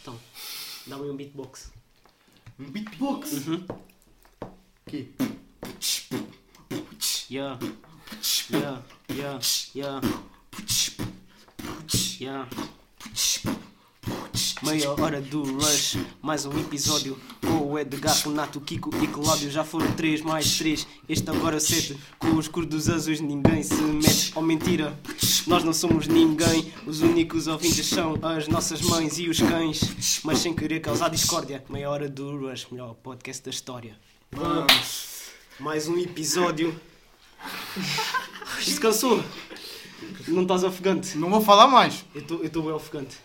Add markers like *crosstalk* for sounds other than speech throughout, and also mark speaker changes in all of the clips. Speaker 1: Então, beatbox.
Speaker 2: Um beatbox.
Speaker 1: Uhum.
Speaker 2: Que?
Speaker 1: Yeah. Yeah. Yeah. Yeah. Yeah. Meia hora do Rush, mais um episódio com o Edgar, Renato, Kiko e Cláudio. Já foram três mais três, este agora é sete. Com os curdos azuis ninguém se mete. Oh mentira, nós não somos ninguém. Os únicos ouvintes são as nossas mães e os cães. Mas sem querer causar discórdia. Meia hora do Rush, melhor podcast da história.
Speaker 2: Vamos.
Speaker 1: Mais um episódio. Descansou? Não estás ofegante?
Speaker 2: Não vou falar mais.
Speaker 1: Eu estou- eu estou bem ofegante.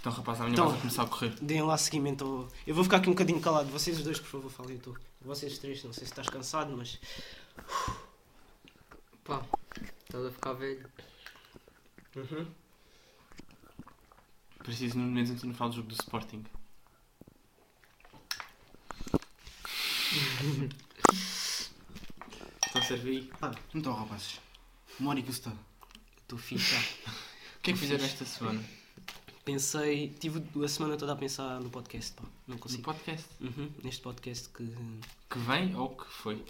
Speaker 3: Então, rapaz, a minha
Speaker 1: Então.
Speaker 3: voz vai começar a correr.
Speaker 1: Deem lá seguimento ao... Eu vou ficar aqui um bocadinho calado. Vocês os dois, por favor, falem tu. Vocês três, não sei se estás cansado, mas...
Speaker 4: Pá, estás a ficar velho.
Speaker 3: Preciso no momento antes de no final do jogo do Sporting. Está a servir?
Speaker 4: Ah.
Speaker 2: Então, rapazes. Uma hora que está.
Speaker 1: Estou ficha.
Speaker 3: O que é que fizeram esta *laughs* semana?
Speaker 1: Pensei... Tive a semana toda a pensar no podcast, pá. Não
Speaker 3: No
Speaker 1: consigo.
Speaker 3: podcast.
Speaker 1: Uhum, Neste podcast que...
Speaker 3: Que vem ou que foi?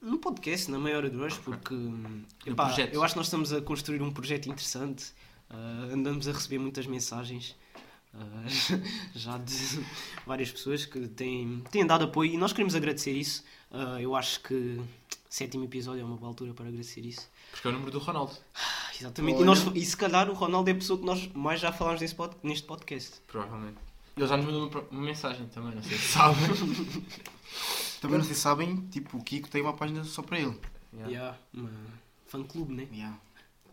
Speaker 1: No podcast, na meia hora de hoje, porque... hum,
Speaker 3: No
Speaker 1: epá,
Speaker 3: projeto.
Speaker 1: eu acho que nós estamos a construir um projeto interessante. ah, andamos a receber muitas mensagens. ah, *laughs* já de várias pessoas que têm, têm dado apoio e nós queremos agradecer isso. Ah, eu acho que sétimo episódio é uma boa altura para agradecer isso.
Speaker 3: Porque é o número do Ronaldo.
Speaker 1: Ah, exatamente. E,
Speaker 2: Olha.
Speaker 1: nós, e se calhar o Ronaldo é a pessoa que nós mais já falámos nesse pod- neste podcast.
Speaker 3: Provavelmente. Ele já nos mandou uma, pro- uma mensagem também, não sei *laughs* se sabem.
Speaker 2: Também não sei se sabem, tipo, o Kiko tem uma página só para ele.
Speaker 3: Yeah.
Speaker 1: Yeah, uma fã clube, né?
Speaker 2: Yeah.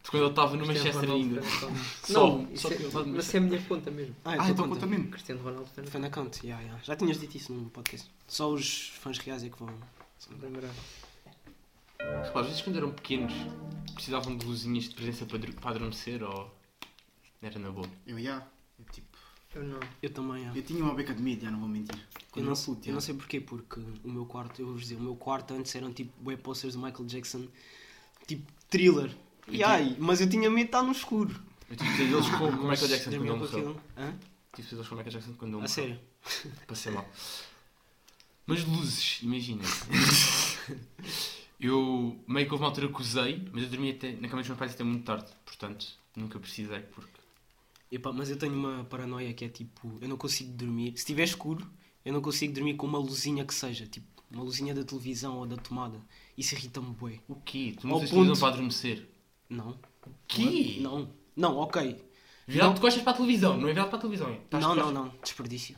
Speaker 3: De Quando ele estava no
Speaker 4: Cristiano
Speaker 3: Manchester
Speaker 4: é Ronaldo
Speaker 3: ainda.
Speaker 4: fan account.
Speaker 3: é Só-
Speaker 4: Não,
Speaker 3: só
Speaker 4: isso
Speaker 3: que-
Speaker 4: é, mas isso é a minha conta mesmo.
Speaker 1: Ah,
Speaker 2: Ah, então conta mesmo.
Speaker 4: Cristiano Ronaldo fan
Speaker 1: Fan account, yeah, yeah. já tinhas dito isso no podcast. Só os fãs reais é que vão.
Speaker 4: account.
Speaker 3: Pá, às vezes quando eram pequenos, precisavam de luzinhas de presença para, ador- para adormecer ou... Era na boa.
Speaker 2: Eu, yeah. Eu, tipo,
Speaker 4: Eu não.
Speaker 1: Eu também, yeah.
Speaker 2: eu tinha uma beca de mídia, não vou mentir.
Speaker 1: Eu
Speaker 2: Quando
Speaker 1: não,
Speaker 2: era puto,
Speaker 1: eu não
Speaker 2: yeah.
Speaker 1: sei porquê, porque o meu quarto, eu vou dizer, o meu quarto antes eram tipo web posters do Michael Jackson, tipo thriller. E
Speaker 3: Eu
Speaker 1: ai, mas eu tinha medo de estar no escuro.
Speaker 3: Eu tive de ter eles
Speaker 1: *laughs*
Speaker 3: com o Michael Jackson
Speaker 1: Dormia
Speaker 3: quando ele
Speaker 1: com
Speaker 3: morreu.
Speaker 1: aquilo. Hã?
Speaker 3: Tive de ter eles com o Michael Jackson quando ele
Speaker 1: A
Speaker 3: morreu.
Speaker 1: sério.
Speaker 3: Passei mal. Mas luzes, imagina. eu meio que houve uma altura que usei, mas eu dormi até, na cama dos meus pais até muito tarde, portanto nunca precisei porque.
Speaker 1: Epá, mas eu tenho uma paranoia que é tipo, eu não consigo dormir. Se tiver escuro, eu não consigo dormir com uma luzinha que seja, tipo, uma luzinha da televisão ou da tomada. Isso irrita-me bué.
Speaker 3: O quê? Tu
Speaker 1: Ao
Speaker 3: não tens
Speaker 1: ponto-
Speaker 3: televisão para adormecer.
Speaker 1: Não.
Speaker 3: Quê?
Speaker 1: Não. Não, ok.
Speaker 3: Virado de costas para a televisão, não é virado para a televisão. é? Estás de
Speaker 1: Não, não,
Speaker 3: costas-
Speaker 1: não. Desperdício.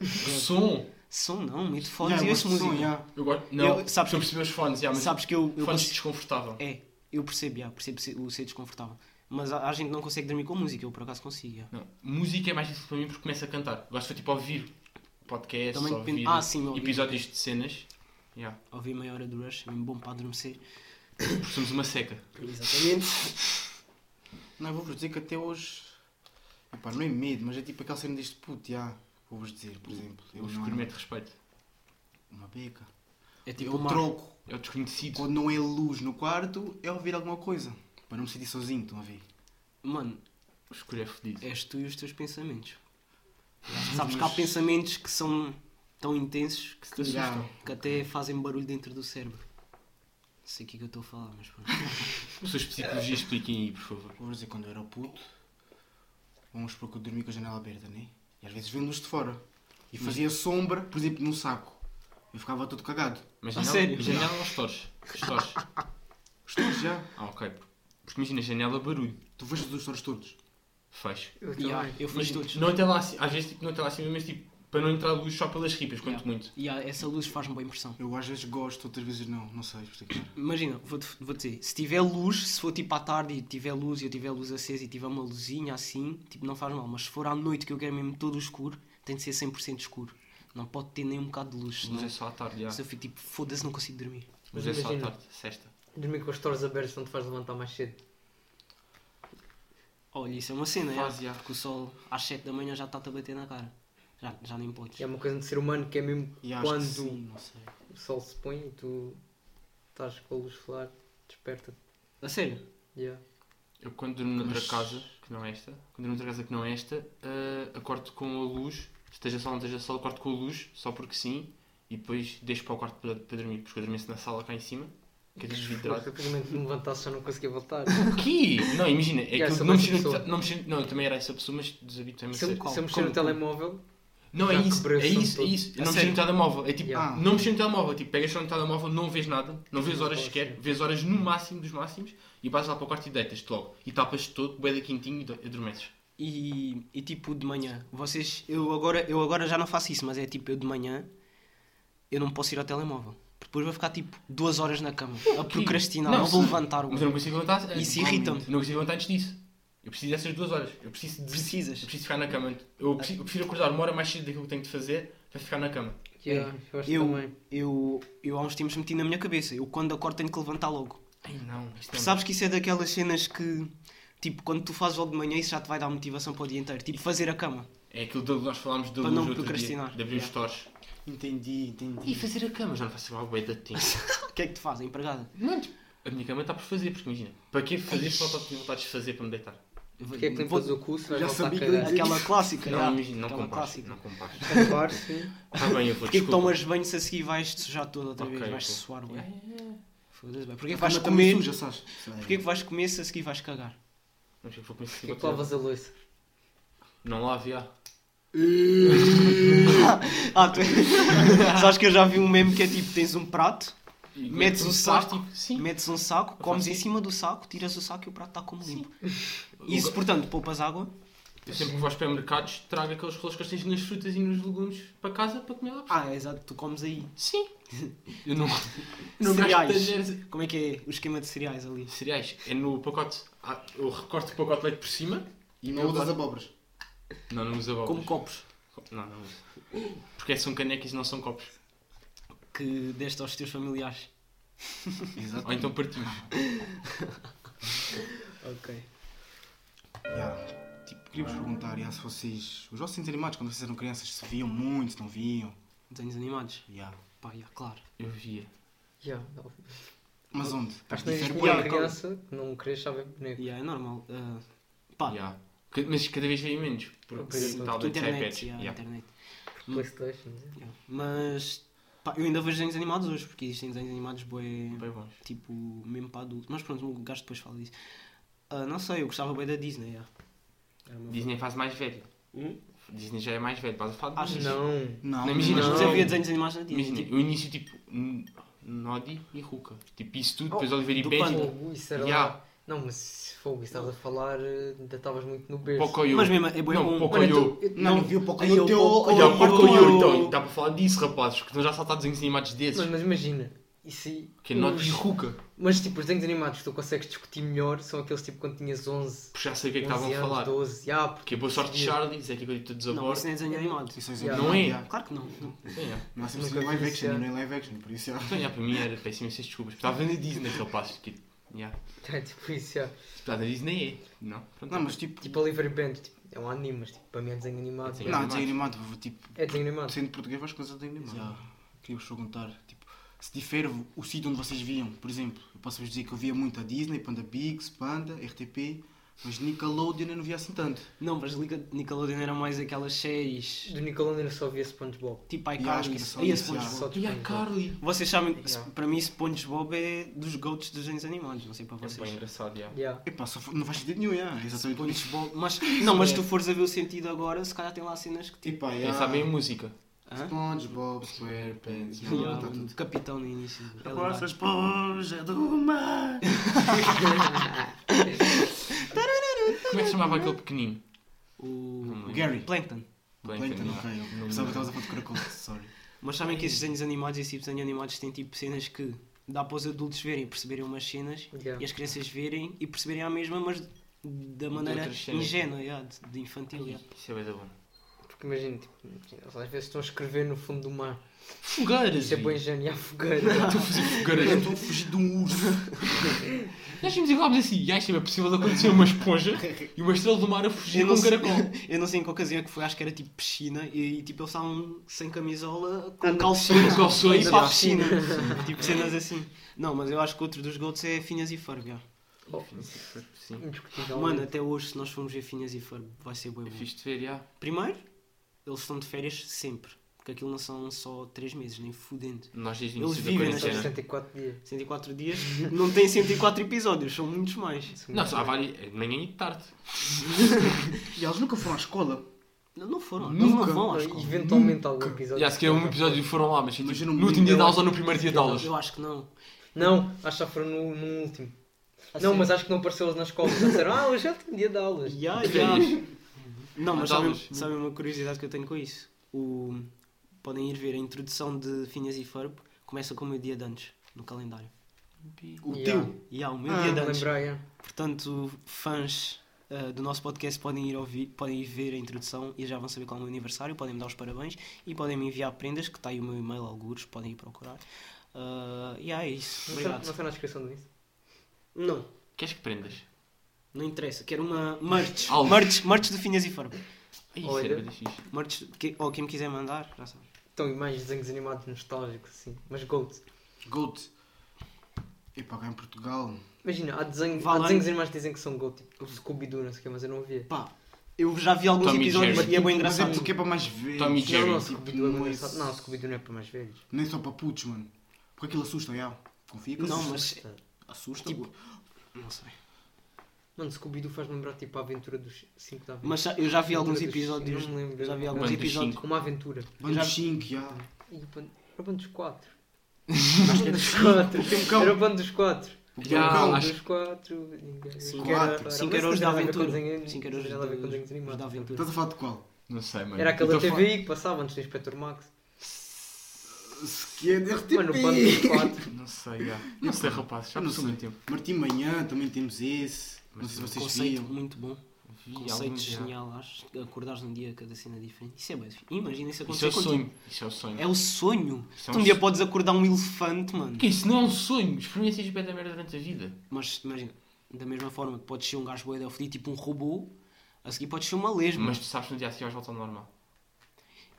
Speaker 3: O som.
Speaker 1: Som não, meio de fones e
Speaker 2: Yeah, eu
Speaker 1: ouço
Speaker 2: gosto de som,
Speaker 1: música.
Speaker 2: yeah.
Speaker 3: Eu gosto. Não,
Speaker 1: Eu-
Speaker 3: eu,
Speaker 1: sabes
Speaker 3: sabes,
Speaker 1: que-
Speaker 3: eu percebi os fones, já, mas
Speaker 1: Sabes que eu, eu
Speaker 3: fones
Speaker 1: consigo-
Speaker 3: desconfortável.
Speaker 1: É, eu percebo, já, percebo se- o ser desconfortável. Mas há, há gente que não consegue dormir com música, eu por acaso consigo. já.
Speaker 3: Não, música é mais difícil para mim porque começo a cantar. Gosto de tipo ouvir podcasts,
Speaker 1: Também depende-
Speaker 3: ouvir
Speaker 1: Ah, sim, ouvir.
Speaker 3: episódios de cenas. Yeah.
Speaker 1: Ouvi meia hora do Rush, é mesmo bom para adormecer.
Speaker 3: Porque somos uma seca.
Speaker 1: Exatamente.
Speaker 2: Não, eu vou-vos dizer que até hoje. Epá, não é medo, mas é tipo aquela cena deste puto, yeah. Vou-vos dizer, por exemplo. Eu
Speaker 3: O
Speaker 2: não- é
Speaker 3: descobrimento é de respeito.
Speaker 2: Uma beca.
Speaker 1: É
Speaker 2: Eu
Speaker 1: tipo uma...
Speaker 2: troco.
Speaker 3: É o desconhecido.
Speaker 2: Quando não é luz no quarto, é ouvir alguma coisa. Para não me sentir sozinho, estão a ver?
Speaker 1: Mano,
Speaker 3: O escuro é fodido.
Speaker 1: és tu e os teus pensamentos. Sabes que há pensamentos que são tão intensos que,
Speaker 3: te
Speaker 2: Yeah.
Speaker 1: que até fazem barulho dentro do cérebro. Não sei o que é que eu estou a falar, mas pronto.
Speaker 3: Pessoas de psicologia expliquem aí, por favor.
Speaker 2: Vou dizer, quando eu era puto, vamos supor que eu dormia com a janela aberta, né? E às vezes vinha luz de fora. E fazia sombra, por exemplo, num saco. Eu ficava todo cagado.
Speaker 3: Mas
Speaker 1: A
Speaker 3: janela,
Speaker 1: Ah, sério?
Speaker 3: janela ou stores? Stores.
Speaker 2: Estou já.
Speaker 3: Ah, ok. Porque imagina, janela, barulho.
Speaker 2: Tu fechas os stories todos.
Speaker 3: Fecho.
Speaker 4: Eu
Speaker 1: E há,
Speaker 4: também.
Speaker 1: eu fiz
Speaker 3: Mas
Speaker 1: todos.
Speaker 3: não até lá assim, às vezes tipo, não até lá acima, mas tipo, para não entrar luz só pelas ripas, quanto
Speaker 1: Yeah.
Speaker 3: muito.
Speaker 1: E há, essa luz faz-me boa impressão.
Speaker 2: Eu às vezes gosto, outras vezes não. Não sei explicar.
Speaker 1: Imagina, vou-te vou dizer, se tiver luz, se for tipo à tarde e tiver luz e eu tiver luz acesa e tiver uma luzinha assim, tipo não faz mal, mas se for à noite que eu quero mesmo todo escuro, tem de ser 100% escuro. Não pode ter nem um bocado de luz,
Speaker 3: Luz
Speaker 1: senão
Speaker 3: é só à tarde, já.
Speaker 1: se eu fico tipo, foda-se, não consigo dormir.
Speaker 3: Luz é só à
Speaker 4: Imagina.
Speaker 3: tarde, sexta.
Speaker 4: Dormir com os torres abertos não te faz levantar mais cedo.
Speaker 1: Olha, isso é uma cena,
Speaker 3: Faz,
Speaker 1: é,
Speaker 3: já.
Speaker 1: porque o sol às 7 da manhã já está-te a bater na cara. Já, já nem podes.
Speaker 4: É uma coisa de ser humano que é mesmo
Speaker 2: E acho que
Speaker 4: quando
Speaker 2: sim, não sei.
Speaker 4: o sol se põe e tu estás com a luz solar, desperta-te.
Speaker 1: A sério?
Speaker 4: Yeah.
Speaker 3: Eu quando durmo noutra
Speaker 2: Mas-
Speaker 3: casa, que não é esta, quando durmo noutra casa que não é esta, ah, acordo eh, com a luz esteja sol ou não esteja sol, corto com a luz, só porque sim, e depois deixo para o quarto para, para dormir, porque eu dormia na sala cá em cima, que é tudo vidrado.
Speaker 4: Porque *laughs* pelo menos me levantasse já não conseguia voltar.
Speaker 3: O quê? Não, imagina, é que
Speaker 4: Yeah,
Speaker 3: eu
Speaker 4: sou
Speaker 3: não
Speaker 4: essa
Speaker 3: mexi, no,
Speaker 4: pessoa. é
Speaker 3: não mexi- não, eu também era essa pessoa, mas desabituei-me a
Speaker 4: Se
Speaker 3: ser.
Speaker 4: eu, se eu mexer no
Speaker 3: Como- como-
Speaker 4: telemóvel,
Speaker 3: Não, é
Speaker 4: Já
Speaker 3: isso,
Speaker 4: quebrei o
Speaker 3: é
Speaker 4: som
Speaker 3: isso, é
Speaker 4: todo.
Speaker 3: isso. Eu
Speaker 2: A
Speaker 3: não mexi no
Speaker 2: sério?
Speaker 3: telemóvel. É tipo,
Speaker 4: Yeah.
Speaker 2: Ah.
Speaker 3: não mexi no telemóvel. Tipo, pegas só no telemóvel, não vês nada, não vês horas
Speaker 4: Sim.
Speaker 3: sequer, vês horas no máximo dos máximos e vais lá para o quarto e deitas-te logo. E tapas-te todo, bué da quentinho e do- adormeces.
Speaker 1: E, e tipo de manhã, vocês, eu agora, eu agora já não faço isso, mas é tipo eu de manhã, eu não posso ir ao telemóvel. Depois vou ficar tipo duas horas na cama a procrastinar, não, vou
Speaker 3: se-
Speaker 1: levantar o
Speaker 3: Mas eu não consigo levantar. eh,
Speaker 1: Isso
Speaker 3: igualmente.
Speaker 1: irrita-me.
Speaker 3: Eu Não consigo levantar antes disso. Eu preciso dessas duas horas. Eu preciso, de-
Speaker 1: Precisas.
Speaker 3: eu preciso ficar na cama. Eu preciso, eu prefiro acordar uma hora mais cedo daquilo que tenho de fazer para ficar na cama.
Speaker 4: yeah, eu acho
Speaker 1: Eu,
Speaker 4: também.
Speaker 1: eu, eu há uns tempos meti na minha cabeça, eu quando acordo tenho que levantar logo.
Speaker 3: Ai não, isto
Speaker 1: Porque
Speaker 3: é.
Speaker 1: sabes que isso é daquelas cenas que, tipo, quando tu fazes logo de manhã, isso já te vai dar motivação para o dia inteiro. Tipo, fazer a cama.
Speaker 3: É aquilo que nós falámos da
Speaker 1: Para
Speaker 3: luz
Speaker 1: não
Speaker 3: outro dia, de
Speaker 1: procrastinar.
Speaker 3: abrir os torres.
Speaker 2: Entendi, entendi.
Speaker 3: E fazer a cama, já não faço mal bué
Speaker 1: *laughs*
Speaker 3: da tempo.
Speaker 1: O que é que tu fazes, empregada?
Speaker 3: Não, tipo, a minha cama está por fazer, porque imagina, para que fazer se falta tenho vontade de fazer para me deitar?
Speaker 4: Porque é que limpas o cu se vais
Speaker 2: Já
Speaker 4: voltar a
Speaker 2: sabia que
Speaker 4: cagar?
Speaker 2: eu ia
Speaker 1: Aquela clássica,
Speaker 3: Não,
Speaker 1: já.
Speaker 3: imagina, não
Speaker 1: aquela
Speaker 3: compares,
Speaker 1: é clássica. *laughs*
Speaker 3: não compares.
Speaker 4: Acabar, sim.
Speaker 3: Está bem,
Speaker 1: Porquê
Speaker 3: eu vou,
Speaker 1: que
Speaker 3: desculpa.
Speaker 1: tomas banho se a seguir vais-te sujar toda outra
Speaker 3: Ok,
Speaker 1: vez? Vais-te
Speaker 3: ok.
Speaker 1: suar,
Speaker 3: É,
Speaker 1: ué.
Speaker 3: é, é.
Speaker 1: Foda-se, bem. Porquê que
Speaker 2: A cama
Speaker 1: vais
Speaker 2: também
Speaker 1: comer?
Speaker 2: suja, sabes?
Speaker 1: Porquê que vais comer se a seguir vais cagar?
Speaker 3: Não sei o que vou começar
Speaker 4: Porquê
Speaker 3: a
Speaker 4: é que lavas a louça?
Speaker 3: Não lave, já.
Speaker 1: Ah, tu *laughs* Sabes que eu já vi um meme que é tipo, tens um prato,
Speaker 3: E
Speaker 1: Metes
Speaker 3: um
Speaker 1: um saco.
Speaker 3: plástico, Sim.
Speaker 1: metes um saco, comes
Speaker 3: faço
Speaker 1: em
Speaker 3: isso.
Speaker 1: cima do saco, tiras o saco e o prato está como limpo.
Speaker 3: Isso.
Speaker 1: Isso, portanto, poupas água.
Speaker 3: Eu sempre que vou aos supermercados, trago aqueles rolos que eles têm nas frutas e nos legumes para casa para comer lá.
Speaker 1: Ah, é exato, tu comes aí.
Speaker 3: Sim. Eu
Speaker 1: *laughs*
Speaker 3: não... eu não gasto
Speaker 1: Cereais.
Speaker 3: talheres-
Speaker 1: Como é que é o esquema de cereais ali?
Speaker 3: Cereais. É no pacote... Ah, Eu recorto o pacote de leite por cima.
Speaker 2: E não das abóboras.
Speaker 3: Não, não usa
Speaker 1: Como
Speaker 3: abóboras.
Speaker 1: copos
Speaker 3: Não, não uso. Porque é- são canecas e não são copos.
Speaker 1: que deste aos teus familiares.
Speaker 2: Exato.
Speaker 3: Ou então partimos.
Speaker 1: Ok.
Speaker 2: Yeah. Tipo, queria-vos perguntar, yeah, se vocês... Os vossos animados, quando vocês eram crianças, se viam muito, se não viam?
Speaker 1: Desenhos animados?
Speaker 2: Yeah.
Speaker 1: Pá, já, claro.
Speaker 3: Eu via.
Speaker 4: Já, não.
Speaker 2: Mas onde? Tipo,
Speaker 4: Acho que não
Speaker 2: Isso era
Speaker 4: existe
Speaker 1: bué,
Speaker 4: nenhuma
Speaker 1: calma.
Speaker 4: criança que não queria saber boneco.
Speaker 1: Yeah, é normal. Ah, pá,
Speaker 3: Ya. Ca- Mas cada vez veio menos. Porque
Speaker 4: Sim,
Speaker 3: o
Speaker 1: porque
Speaker 3: tablet e iPads.
Speaker 1: internet, yeah,
Speaker 3: ya.
Speaker 1: internet.
Speaker 3: hum,
Speaker 4: Playstation, né?
Speaker 1: yeah. Mas, pá, eu ainda vejo desenhos animados hoje, porque existem desenhos animados bué,
Speaker 3: Bem bons.
Speaker 1: tipo, mesmo para adultos. Mas pronto, o gajo depois fala disso. Ah, não sei, eu gostava bem da Disney, yeah. Era o meu-
Speaker 3: Disney faz mais velho.
Speaker 1: Hum?
Speaker 3: Disney já é mais velho. Estás a falar de
Speaker 1: Achas?
Speaker 3: Disney.
Speaker 4: Não.
Speaker 2: Não,
Speaker 3: Não, imagina,
Speaker 1: Mas
Speaker 2: não.
Speaker 1: eu via desenhos animados na Disney.
Speaker 3: Imagina,
Speaker 1: tipo,
Speaker 3: o início tipo N- Nodi e Ruka. Tipo isso tudo,
Speaker 1: Oh,
Speaker 3: depois Oliver e
Speaker 1: do
Speaker 3: Benji.
Speaker 1: Panda.
Speaker 4: Fogo, isso era.
Speaker 3: Ya.
Speaker 4: Não, mas fogo, isso estavas a falar, eh, ainda estavas muito no berço. então,
Speaker 3: Pocoyo.
Speaker 1: Mas mesmo, é bué
Speaker 3: Não,
Speaker 1: bom.
Speaker 3: Pocoyo.
Speaker 2: Não, não viu
Speaker 1: Aí eu-
Speaker 2: o Pocoyo teu...
Speaker 1: Pocoyo-
Speaker 3: Olha, o Pocoyo.
Speaker 1: Pocoyo.
Speaker 3: Então, dá para falar disso, rapazes. Que estão já saltados desenhos animados desses.
Speaker 4: Mas, mas imagina, isso aí-
Speaker 3: Que é Nodi e
Speaker 4: os-
Speaker 3: Ruka.
Speaker 4: Mas tipo, os desenhos animados que tu consegues discutir melhor são aqueles tipo quando tinhas 11,
Speaker 3: Porque já sei o que é que
Speaker 4: 11
Speaker 3: estavam a
Speaker 4: anos,
Speaker 3: falar.
Speaker 4: 12. Ya, porque
Speaker 3: Que é boa sorte de Charlie, é que eu todos a
Speaker 1: Não, isso
Speaker 3: bordo.
Speaker 1: não é desenho animado.
Speaker 2: Isso é
Speaker 4: Yeah.
Speaker 2: exemplo.
Speaker 3: Não é?
Speaker 2: Yeah.
Speaker 1: Claro que não. não.
Speaker 3: Sim, é.
Speaker 2: Não há sempre
Speaker 4: Nunca
Speaker 2: sido live
Speaker 4: vi
Speaker 2: action,
Speaker 4: isso,
Speaker 2: nem live action, por isso é- yeah.
Speaker 3: Então, já, para mim era péssimo essas desculpas. Estava vendo a Disney, rapazes. Que, ya.
Speaker 4: *laughs* é tipo isso, ya.
Speaker 3: Estava na Disney é. Não, pronto.
Speaker 2: Não, mas tipo...
Speaker 4: Tipo Oliver e Benji, tipo, é um anime, mas tipo, para mim é desenho
Speaker 3: É
Speaker 4: animado.
Speaker 3: desenho
Speaker 2: Não, desenho animado, tipo...
Speaker 4: É desenho animado.
Speaker 2: Sendo português, vais coisas desenho animado. Yeah. Queria-vos perguntar, tipo... Se difere o sítio onde vocês viam, por exemplo, eu posso-vos dizer que eu via muito a Disney, Panda Bigs, Panda, RTP, mas Nickelodeon eu não via assim tanto.
Speaker 1: Não, mas Liga- Nickelodeon era mais aquelas séries
Speaker 4: Do Nickelodeon eu só via SpongeBob.
Speaker 1: tipo
Speaker 2: Yeah, acho
Speaker 1: iCarly.
Speaker 2: que era só
Speaker 1: Aí a
Speaker 2: isso, yeah.
Speaker 1: SpongeBob.
Speaker 4: Só tipo de
Speaker 3: E é a
Speaker 4: SpongeBob.
Speaker 3: Carly.
Speaker 1: Vocês sabem, se-
Speaker 4: Yeah.
Speaker 1: para mim, SpongeBob é dos goats dos desenhos animados, não sei para
Speaker 3: É bem
Speaker 1: vocês.
Speaker 3: engraçado, já.
Speaker 4: Ya.
Speaker 2: Epá, só, não faz sentido nenhum, yeah. é exatamente por isso.
Speaker 1: SpongeBob, mas, não, mas se
Speaker 4: É.
Speaker 1: tu fores a ver o sentido agora, se calhar tem lá cenas que tipo.
Speaker 2: Epá,
Speaker 3: Quem
Speaker 2: yeah.
Speaker 3: sabe é a música.
Speaker 1: hã?
Speaker 2: SpongeBob, SquarePants,
Speaker 1: Yeah,
Speaker 2: yeah, tá tudo.
Speaker 1: o capitão no início. é
Speaker 2: Agora sou
Speaker 1: lendário.
Speaker 2: esponja do mar.
Speaker 3: Como é que se chamava aquele pequenino?
Speaker 1: O
Speaker 2: O Gary.
Speaker 1: Plankton.
Speaker 4: então,
Speaker 2: Plankton,
Speaker 3: não.
Speaker 2: ok.
Speaker 3: Não, não.
Speaker 2: Eu Pensava que estavas a falar de caracol, sorry.
Speaker 1: Mas sabem que esses desenhos animados, esses desenhos animados têm tipo cenas que dá para os adultos verem, perceberem umas cenas
Speaker 4: Yeah.
Speaker 1: e as crianças verem e perceberem a mesma, mas da maneira
Speaker 3: outras cenas.
Speaker 1: ingênua, yeah, de, de infantil. yeah.
Speaker 3: Isso é bem da bom.
Speaker 4: Porque imagina, tipo, eles às vezes estão a escrever no fundo do mar.
Speaker 3: Fogueiras!
Speaker 4: Isso é bem gênio,
Speaker 1: *laughs*
Speaker 4: há fogueira.
Speaker 3: Estou a fazer
Speaker 2: Eu
Speaker 3: fogueiras.
Speaker 2: estou a fugir de um urso.
Speaker 3: Nós vimos igual assim. Já isto é possível de acontecer uma esponja e uma estrela do mar a fugir
Speaker 1: Eu
Speaker 3: com
Speaker 1: não
Speaker 3: um
Speaker 1: sei-
Speaker 3: caracol.
Speaker 1: *laughs* Eu não sei em que ocasião é que foi, acho que era tipo piscina e tipo eles estavam sem camisola
Speaker 4: Ah,
Speaker 1: com
Speaker 4: não.
Speaker 1: calções
Speaker 3: Com calções,
Speaker 1: e para a
Speaker 3: já.
Speaker 1: piscina. tipo cenas assim. Não, mas eu acho que outro dos GOATs é Finhas e Ferb. já.
Speaker 3: Sim.
Speaker 4: Indiscutível. né?
Speaker 1: Mano, até hoje se nós formos ver Finhas e Ferb vai ser bem
Speaker 3: Eu
Speaker 1: bom.
Speaker 3: fiz-te É ver, já.
Speaker 1: Primeiro, eles estão de férias sempre. Porque aquilo não são só 3 meses, nem fudendo.
Speaker 3: Nós desde o
Speaker 1: Eles
Speaker 3: início da
Speaker 1: vivem nas
Speaker 4: São
Speaker 3: quarentena.
Speaker 4: 64 dias.
Speaker 1: 104
Speaker 3: *laughs*
Speaker 1: dias, não tem 104 episódios, são muitos mais.
Speaker 3: Não, só há vários. é De manhã e de tarde.
Speaker 2: E eles nunca foram à escola.
Speaker 1: Não, não foram,
Speaker 2: Nunca.
Speaker 1: eles não vão à
Speaker 4: Não,
Speaker 1: escola.
Speaker 4: Eventualmente algum episódio.
Speaker 3: Já, se calhar um episódio foram lá, mas tipo,
Speaker 2: Mas eu
Speaker 3: no
Speaker 2: não me
Speaker 3: último dia de
Speaker 2: lembro.
Speaker 3: aulas ou no primeiro dia de aulas.
Speaker 1: Eu acho que não.
Speaker 4: Não, acho que só foram no, no último. Não,
Speaker 1: Assim,
Speaker 4: mas acho que não apareceu eles na escola. Já disseram, ah, hoje é o último dia de aulas.
Speaker 1: Ya,
Speaker 3: Que
Speaker 1: ya.
Speaker 3: é isto?
Speaker 1: Não, mas
Speaker 3: Mas
Speaker 1: sabem,
Speaker 3: aulas.
Speaker 1: sabem uma curiosidade que eu tenho com isso? O... Podem ir ver a introdução de Finhas e Ferb, começa com o meu dia de antes, no calendário.
Speaker 2: O
Speaker 4: Yeah.
Speaker 2: teu.
Speaker 1: E há o meu
Speaker 2: Ah,
Speaker 1: dia de antes.
Speaker 4: Lembrar, é.
Speaker 1: Portanto, fãs ah, do nosso podcast podem ir, ouvir, podem ir ver a introdução e já vão saber qual é o meu aniversário, podem me dar os parabéns e podem me enviar prendas, que está aí o meu e-mail, algures, podem ir procurar. Ah, e é isso.
Speaker 4: Não foi- não
Speaker 1: Obrigado.
Speaker 4: foi na descrição disso.
Speaker 1: Não,
Speaker 3: Queres que prendas?
Speaker 1: não interessa. Quero uma merch.
Speaker 3: Algo.
Speaker 1: Merch, merch do Finhas e Ferb.
Speaker 3: Ai,
Speaker 4: Olha.
Speaker 3: sério, é fixe.
Speaker 1: Merch, que- ou quem me quiser mandar, já sabe.
Speaker 4: Estão imagens de desenhos animados nostálgicos, assim. Mas gold.
Speaker 2: Gold. Epá, cá em Portugal.
Speaker 4: Imagina, há, desenho, há
Speaker 1: Valente.
Speaker 4: desenhos animados que dizem que são gold, tipo Scooby-Doo, não sei o que, mas eu não via.
Speaker 1: Pá, eu já vi alguns
Speaker 3: Tommy
Speaker 1: episódios
Speaker 3: Jerry.
Speaker 1: e é bem
Speaker 2: Mas é
Speaker 1: engraçado.
Speaker 2: porque é para mais ver.
Speaker 3: Tommy
Speaker 2: Não,
Speaker 3: Jerry.
Speaker 4: Não, não,
Speaker 2: tipo,
Speaker 4: Scooby-Doo é
Speaker 2: não é-
Speaker 4: engraçado. Não, Scooby-Doo não é para mais velhos.
Speaker 2: Nem só para putos, mano. Porque aquilo assusta, já. Confia que
Speaker 1: Não,
Speaker 2: assusta.
Speaker 1: mas-
Speaker 4: tá.
Speaker 2: Assusta,
Speaker 1: Tipo,
Speaker 2: bué.
Speaker 1: não sei.
Speaker 4: Mano, Scooby-Doo faz lembrar tipo a aventura dos 5 da vida.
Speaker 1: Mas já- eu já vi alguns
Speaker 4: Não me
Speaker 1: episódios.
Speaker 4: lembro.
Speaker 1: Já vi alguns
Speaker 3: Quantos
Speaker 1: episódios.
Speaker 3: cinco?
Speaker 4: Uma aventura.
Speaker 2: Bando
Speaker 1: já-
Speaker 2: de 5, já.
Speaker 4: E o bando... Era o bando dos
Speaker 1: *laughs*
Speaker 4: 4. Era
Speaker 2: Tem um cão.
Speaker 4: o bando dos 4.
Speaker 2: Tem um
Speaker 3: Ah,
Speaker 2: cão.
Speaker 3: acho-
Speaker 4: dos 4. Ninguém-
Speaker 1: Cinco
Speaker 2: Quatro.
Speaker 1: era, cinco era os da aventura. Cinco era os da-
Speaker 4: Nada a ver com desenhos
Speaker 1: os da
Speaker 4: animados.
Speaker 1: aventura.
Speaker 2: Estás a falar de qual?
Speaker 3: Não sei, mano.
Speaker 4: Era aquela
Speaker 2: então
Speaker 3: Eu tô a
Speaker 4: TVI que passava antes do Inspector Max.
Speaker 2: Que é de RTP.
Speaker 4: Mano, o bando dos 4.
Speaker 2: *laughs*
Speaker 3: falar- Não sei, já. Não sei, rapaz. Já
Speaker 2: Eu não
Speaker 3: passou muito
Speaker 2: sei.
Speaker 3: tempo.
Speaker 2: Martim Manhã, também temos esse. Não sei se vocês
Speaker 1: Conceito
Speaker 2: viam.
Speaker 1: muito bom.
Speaker 3: Vi
Speaker 1: Conceito
Speaker 3: alguns já.
Speaker 1: genial, acho. Acordares num dia cada cena diferente. Isso é bem fixe. Imagina isso
Speaker 3: Isso é
Speaker 1: acontecer
Speaker 3: o
Speaker 1: contigo.
Speaker 3: sonho. Isso é o sonho.
Speaker 1: É o sonho.
Speaker 3: Isso é
Speaker 1: Tu
Speaker 3: um
Speaker 1: um dia
Speaker 3: sonho.
Speaker 1: podes acordar um elefante, mano.
Speaker 3: Que isso não é um sonho. Experiências bem da merda durante a vida.
Speaker 1: Mas imagina, da mesma forma que podes ser um gajo boeda fodido, tipo um robô, a seguir podes ser uma lesma.
Speaker 3: Mas tu sabes que no dia assim vais voltar ao normal.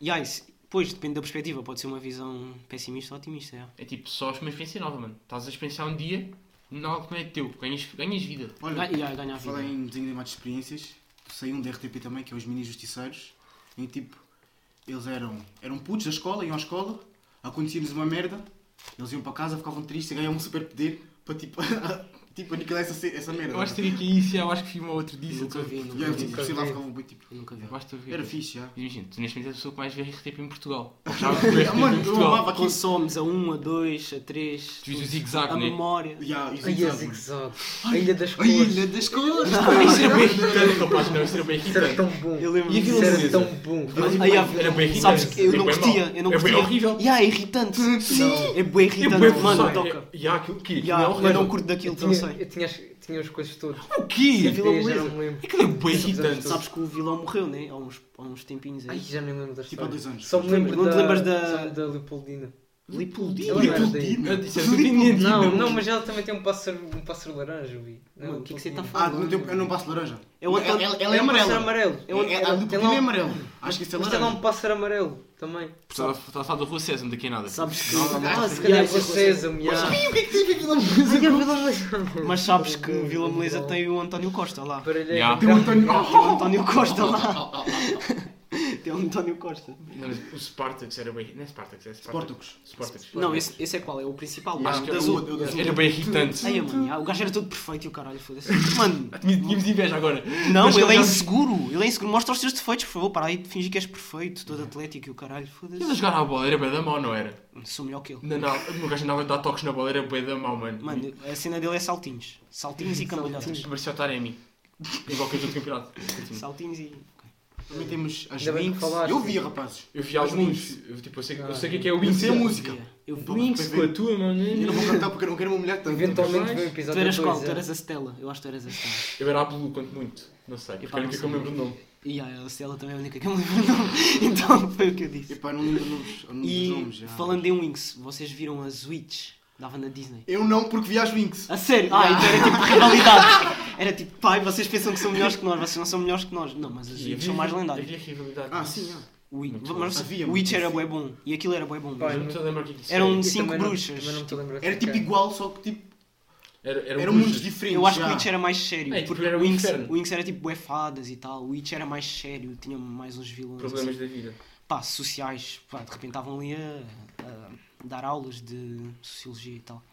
Speaker 1: E aí, se- pois, depende da perspectiva. Pode ser uma visão pessimista ou otimista. é.
Speaker 3: É tipo, só uma experiência nova, mano. Estás a experienciar um dia, não, não é teu. Ganhas, ganhas vida.
Speaker 1: Ga- Ah, e
Speaker 2: Olha,
Speaker 1: aí, ganha a
Speaker 2: falar
Speaker 1: vida.
Speaker 2: em desenho animado de experiências, saiu um da RTP também, que é os mini justiceiros, em que, tipo, eles eram, eram putos da escola, iam à escola, acontecia-lhes uma merda, eles iam para casa, ficavam tristes e ganhavam um super poder para tipo, *laughs* tipo aniquilar essa, ce- essa merda.
Speaker 3: Eu acho que teria que ir isso, eu acho que vi uma outra disso.
Speaker 1: Nunca vi,
Speaker 2: E
Speaker 1: nunca
Speaker 2: aí,
Speaker 1: vi.
Speaker 2: tipo, sei lá, ficavam bem tipo.
Speaker 1: Eu Nunca vi.
Speaker 3: Eu acho que
Speaker 2: Era fixe, já.
Speaker 3: Imagina, tu neste momento és a pessoa que mais vê RTP em Portugal.
Speaker 2: *laughs* Mano, eu
Speaker 3: *laughs*
Speaker 2: amava aquilo.
Speaker 1: Consomes a 1, a 2, a 3,
Speaker 3: Tu viste o zig-zag,
Speaker 1: a
Speaker 3: né?
Speaker 1: memória.
Speaker 2: Já, e
Speaker 4: Ai, é
Speaker 2: zig-zag, mano.
Speaker 4: zig-zag. A Ilha das
Speaker 2: A
Speaker 4: Cores.
Speaker 2: ilha das cores!
Speaker 3: Isso era bem irritante, rapaz. Não, isso era bem
Speaker 4: Isso era
Speaker 3: irritante.
Speaker 4: tão bom.
Speaker 1: Eu lembro
Speaker 3: E
Speaker 1: disso.
Speaker 3: aquilo-
Speaker 4: Isso era
Speaker 3: Beleza.
Speaker 4: tão bom.
Speaker 1: Mas, ai,
Speaker 2: Ai,
Speaker 3: era bem irritante.
Speaker 1: ah, sabes que eu
Speaker 3: É
Speaker 1: não
Speaker 3: bem
Speaker 1: curtia,
Speaker 3: mau.
Speaker 1: eu não
Speaker 3: É bem
Speaker 1: curtia.
Speaker 3: horrível.
Speaker 1: Ya, é irritante. É
Speaker 4: Não.
Speaker 1: bem
Speaker 3: É
Speaker 1: irritante,
Speaker 3: bem
Speaker 1: mano. então-
Speaker 3: forçado.
Speaker 1: toca.
Speaker 3: É- Já, aquilo que
Speaker 1: Ya,
Speaker 3: não é
Speaker 1: eu não
Speaker 3: horrível.
Speaker 1: curto daquilo, não
Speaker 4: Eu tinha,
Speaker 1: sei.
Speaker 4: eu tinha, as, tinha as coisas todas.
Speaker 3: O quê?
Speaker 1: Vila
Speaker 4: Eu já
Speaker 1: Beleza.
Speaker 4: não me lembro.
Speaker 3: Aquilo é bem
Speaker 4: Esses episódios
Speaker 3: irritante.
Speaker 4: todos.
Speaker 1: Sabes que o vilão morreu, né? Há uns, há uns tempinhos
Speaker 4: Ai,
Speaker 1: aí.
Speaker 4: já nem me lembro da
Speaker 2: Tipo, há dois anos.
Speaker 4: Só me lembro
Speaker 1: Não te
Speaker 4: da,
Speaker 1: lembras da-
Speaker 4: só da Leopoldina.
Speaker 1: Lipuldino.
Speaker 4: Ela não era daí.
Speaker 2: Leopoldina.
Speaker 3: Eu disse, eu
Speaker 4: *laughs*
Speaker 3: tinha
Speaker 4: Não,
Speaker 3: entendido.
Speaker 4: não, mas ela também tem um pássaro, um pássaro laranja, vi.
Speaker 1: Mano, o que é que você tá
Speaker 4: Leopoldina.
Speaker 2: Ah, não tem- eu não passo laranja.
Speaker 1: É outra-
Speaker 2: Ela- ela- Ela
Speaker 4: Ela
Speaker 2: é
Speaker 4: é um pássaro
Speaker 2: amarela.
Speaker 4: amarelo.
Speaker 2: É, é, a do Putin é amarelo. Acho que isso é
Speaker 4: um- Mas ela é um
Speaker 2: laranja.
Speaker 4: pássaro amarelo também.
Speaker 3: Está está- está da rua César daqui a nada.
Speaker 1: Sabes que.
Speaker 2: Não, não, não.
Speaker 1: Ah,
Speaker 4: Se
Speaker 1: se
Speaker 4: calhar
Speaker 1: calhar
Speaker 4: é
Speaker 1: vocês.
Speaker 4: vocês, a mulher.
Speaker 2: Ih, o que é que tem a ver com a Vila Beleza?
Speaker 1: Mas sabes que o Vila Meleza tem o António Costa lá.
Speaker 4: *laughs* Paralhei.
Speaker 3: Ya.
Speaker 2: Tem o António. Oh!
Speaker 1: Tem o António Costa lá. Tem o António Costa.
Speaker 3: Não, mas o Spartacus era bem. Não é Spartacus, é Spartacus.
Speaker 2: Portugues.
Speaker 3: Spartacus.
Speaker 1: Não, esse, esse é qual? É o principal.
Speaker 3: Acho
Speaker 1: Acho
Speaker 3: que
Speaker 1: que
Speaker 3: era
Speaker 1: azul.
Speaker 2: o- o-
Speaker 3: Era bem irritante.
Speaker 1: Ai, mano, ah, o gajo era todo perfeito e o caralho, foda-se. Mano,
Speaker 3: Ah, tinha- Tínhamos inveja agora.
Speaker 1: não,
Speaker 3: Mas
Speaker 1: ele é
Speaker 3: eu já-
Speaker 1: inseguro. Ele é inseguro. Mostra os teus defeitos, por favor. Para aí de fingir que és perfeito, todo atlético e o caralho,
Speaker 3: Ele a
Speaker 1: foda-se.
Speaker 3: jogar à bola era bem da mau, não era?
Speaker 1: Sou melhor que ele.
Speaker 3: Não, não, o meu gajo andava a dar toques na bola, era bem da mau, mano.
Speaker 1: Mano, a cena dele é saltinhos. Saltinhos e cambalhotas.
Speaker 3: Tinha- Parecia o Taremi. Igual que eu do campeonato.
Speaker 1: Saltinhos e.
Speaker 2: Também temos as
Speaker 4: Ainda bem que
Speaker 2: Winx.
Speaker 4: falaste.
Speaker 2: Eu vi, rapazes.
Speaker 3: Eu vi alguns. Eu, tipo, eu sei, eu sei o que é que é o
Speaker 2: Eu
Speaker 3: Winx.
Speaker 2: sei a música.
Speaker 1: Eu vi.
Speaker 3: Winx com a tua, mano.
Speaker 2: Eu não vou cantar porque eu não quero me humilhar tanto.
Speaker 4: Eventualmente vem um
Speaker 1: Tu
Speaker 4: episódio
Speaker 1: eras qual?
Speaker 4: dois,
Speaker 1: Tu
Speaker 4: é.
Speaker 1: eras assim, a Stella. Eu acho que tu eras a Stella.
Speaker 3: Eu era a Blue, quanto muito. Não sei, porque
Speaker 1: Epá,
Speaker 3: era
Speaker 1: não
Speaker 3: a única que eu
Speaker 1: sei.
Speaker 3: lembro o nome.
Speaker 1: E ah, a Stella também é a única que eu me lembro do nome. *laughs* Então foi o que eu disse.
Speaker 2: Epá, não lembro nomes- eu não lembro
Speaker 1: E
Speaker 2: dos nomes. já.
Speaker 1: falando em Winx, vocês viram a Switch? Dava na Disney.
Speaker 2: Eu não, porque vi as Winx.
Speaker 1: A sério? Ah, então era tipo rivalidade. Era tipo, pai, vocês pensam que são melhores que nós, vocês não são melhores que nós. Não, mas as
Speaker 3: E
Speaker 1: Winx são mais lendárias.
Speaker 3: Havia rivalidade.
Speaker 2: Ah, sim, já.
Speaker 1: O Win-
Speaker 3: Muito
Speaker 1: mas
Speaker 2: Havia
Speaker 1: o Witch
Speaker 2: muito.
Speaker 1: era bué bom. E aquilo era bué bom.
Speaker 4: Pai,
Speaker 3: Mas eu não lembro o que é que isso
Speaker 1: Era um-
Speaker 4: Eu
Speaker 1: cinco
Speaker 4: também não-
Speaker 1: bruxas,
Speaker 4: também não me lembro
Speaker 2: Era tipo
Speaker 4: assim,
Speaker 2: igual, só que tipo.
Speaker 3: Era, era, um
Speaker 1: um
Speaker 2: Eram mundos
Speaker 3: cujas.
Speaker 2: diferentes.
Speaker 1: Eu acho que
Speaker 2: já.
Speaker 1: o Witch era mais sério.
Speaker 3: É, tipo,
Speaker 1: porque
Speaker 3: era
Speaker 1: o
Speaker 3: um
Speaker 1: Wings,
Speaker 3: inferno.
Speaker 1: o Wings era tipo bué fadas e tal. O Witch era mais sério, tinha mais uns vilões.
Speaker 3: Problemas
Speaker 1: assim.
Speaker 3: da vida.
Speaker 1: Pá, sociais. Pá, de repente estavam ali a, a dar aulas de sociologia e tal.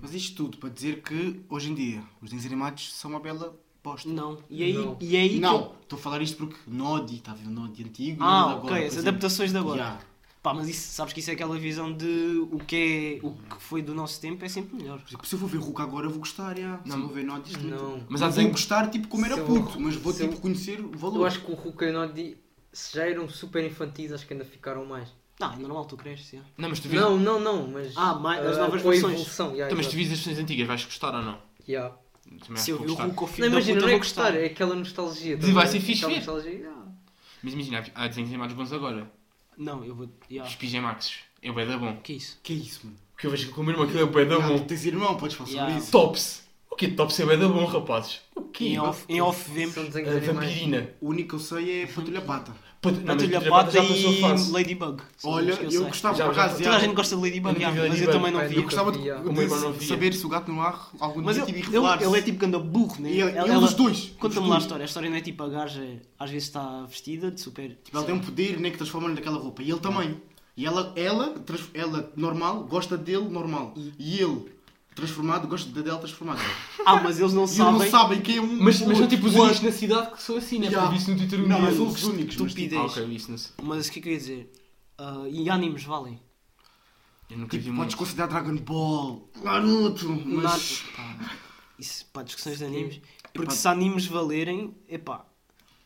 Speaker 2: Mas isto tudo para dizer que, hoje em dia, os desenhos animados são uma bela bosta.
Speaker 1: Não. E aí,
Speaker 4: Não.
Speaker 1: E aí que eu-
Speaker 2: Não, estou a falar isto porque Nodi, está a ver o Nodi antigo.
Speaker 1: Ah,
Speaker 2: Nodi
Speaker 1: ok,
Speaker 2: agora,
Speaker 1: as
Speaker 2: por exemplo.
Speaker 1: adaptações de agora.
Speaker 2: Já.
Speaker 1: Pá, mas isso, sabes que isso é aquela visão de o que, é, o que foi do nosso tempo é sempre melhor.
Speaker 2: Por exemplo, se eu for ver Hulk agora, eu vou gostar, já. Se
Speaker 3: Não.
Speaker 2: eu vou ver Nodi, isto
Speaker 4: Não.
Speaker 3: Mas
Speaker 2: Mas
Speaker 3: há
Speaker 2: não
Speaker 3: desenho-
Speaker 2: vou gostar, tipo, como era
Speaker 4: Seu-
Speaker 2: puto, mas vou,
Speaker 4: seu-
Speaker 2: tipo, conhecer o valor.
Speaker 4: Eu acho que o Hulk e o Nodi, se já eram super infantis, acho que ainda ficaram mais.
Speaker 1: Não, é normal, tu cresces, já.
Speaker 3: Não, mas tu vês,
Speaker 4: Não, não, não, mas.
Speaker 1: Ah, mais- as
Speaker 4: ah,
Speaker 1: novas
Speaker 4: com a
Speaker 1: versões.
Speaker 4: evolução. Yeah,
Speaker 3: Então, mas tu
Speaker 4: exato.
Speaker 3: vês as versões antigas, vais gostar ou não?
Speaker 4: Yeah.
Speaker 3: Também acho
Speaker 1: Se
Speaker 3: é que
Speaker 1: eu
Speaker 3: vou
Speaker 1: vi o
Speaker 3: gostar.
Speaker 1: Hulk ao filho
Speaker 4: Não,
Speaker 1: da
Speaker 4: imagina,
Speaker 1: puta,
Speaker 4: não é
Speaker 1: vou
Speaker 4: gostar,
Speaker 1: gostar.
Speaker 4: é aquela nostalgia.
Speaker 3: De- vai
Speaker 4: tá
Speaker 3: ser
Speaker 4: ligado?
Speaker 3: fixe
Speaker 4: Aquela
Speaker 3: ver.
Speaker 4: nostalgia, yeah.
Speaker 3: Mas imagina, há desenhos animados bons agora.
Speaker 1: Não, eu vou... já.
Speaker 3: Os Pijamaxes. É o bué da bom.
Speaker 1: O que é isso?
Speaker 2: Que é isso, mano?
Speaker 3: Porque eu vejo que com o meu irmão aquilo é o bué da
Speaker 2: Ah,
Speaker 3: bom.
Speaker 2: tu tens irmão, podes falar
Speaker 1: Já.
Speaker 2: sobre isso.
Speaker 3: Tops. O que Tops é bué da bom, rapazes? O quê?
Speaker 1: Em off, em off vemos. É
Speaker 4: São
Speaker 3: A
Speaker 4: desenhos animais.
Speaker 3: vampirina.
Speaker 2: O único que eu sei é Patrulha Pata.
Speaker 3: Pat- não, mas
Speaker 1: Patrulha
Speaker 3: Patrulha
Speaker 1: Pata
Speaker 3: já passou
Speaker 1: e
Speaker 3: fase.
Speaker 1: Ladybug. São
Speaker 2: Olha,
Speaker 1: os que
Speaker 2: eu,
Speaker 1: sei.
Speaker 2: gostava,
Speaker 3: Já,
Speaker 2: por
Speaker 3: já.
Speaker 2: acaso,
Speaker 1: Toda a
Speaker 2: já.
Speaker 1: gente gosta de Ladybug, já,
Speaker 3: Eu nunca vi
Speaker 1: mas eu
Speaker 3: Ladybug.
Speaker 1: também não
Speaker 4: Pai,
Speaker 1: vi.
Speaker 2: Eu gostava de,
Speaker 4: Já.
Speaker 2: de
Speaker 3: O meu irmão não via.
Speaker 2: saber se o gato no ar algum
Speaker 1: Mas
Speaker 2: dia
Speaker 1: ele,
Speaker 2: tive
Speaker 1: ele-
Speaker 2: revelar
Speaker 1: ele é tipo que anda burro, né?
Speaker 2: E ele-
Speaker 1: Ela-
Speaker 2: ele
Speaker 1: ela-
Speaker 2: dos dois.
Speaker 1: Conta-me
Speaker 2: Dos
Speaker 1: lá a
Speaker 2: dois.
Speaker 1: história. A história não é tipo a gaja às vezes está vestida de super.
Speaker 2: Tipo, Ele tem um poder, né, que transforma-lhe naquela roupa. E ele também. E ela, ela, trans- ela normal, gosta dele normal. E ele, transformado, gosta de dela transformada.
Speaker 1: Ah, mas eles não
Speaker 2: *laughs* E eles não
Speaker 1: sabem.
Speaker 2: sabem quem é um.
Speaker 3: Mas,
Speaker 2: o
Speaker 3: mas são
Speaker 2: outro.
Speaker 3: tipo os únicos na cidade que são assim,
Speaker 2: Já.
Speaker 3: né? Porque eu vi isso no Twitter um
Speaker 2: Não,
Speaker 3: dia.
Speaker 2: mas são os únicos. mas, tipo,
Speaker 1: Estupidez.
Speaker 3: Ah, ok, eu vi isso, não sei.
Speaker 1: Mas o que é que eu ia dizer? Ah, e animes valem?
Speaker 3: Eu nunca vi
Speaker 2: Tipo, podes
Speaker 3: muito.
Speaker 2: considerar Dragon Ball, Naruto, um mas.
Speaker 1: Nada- pá, isso, pá, discussões de animes. Porque
Speaker 2: Epá.
Speaker 1: se animes valerem, epá.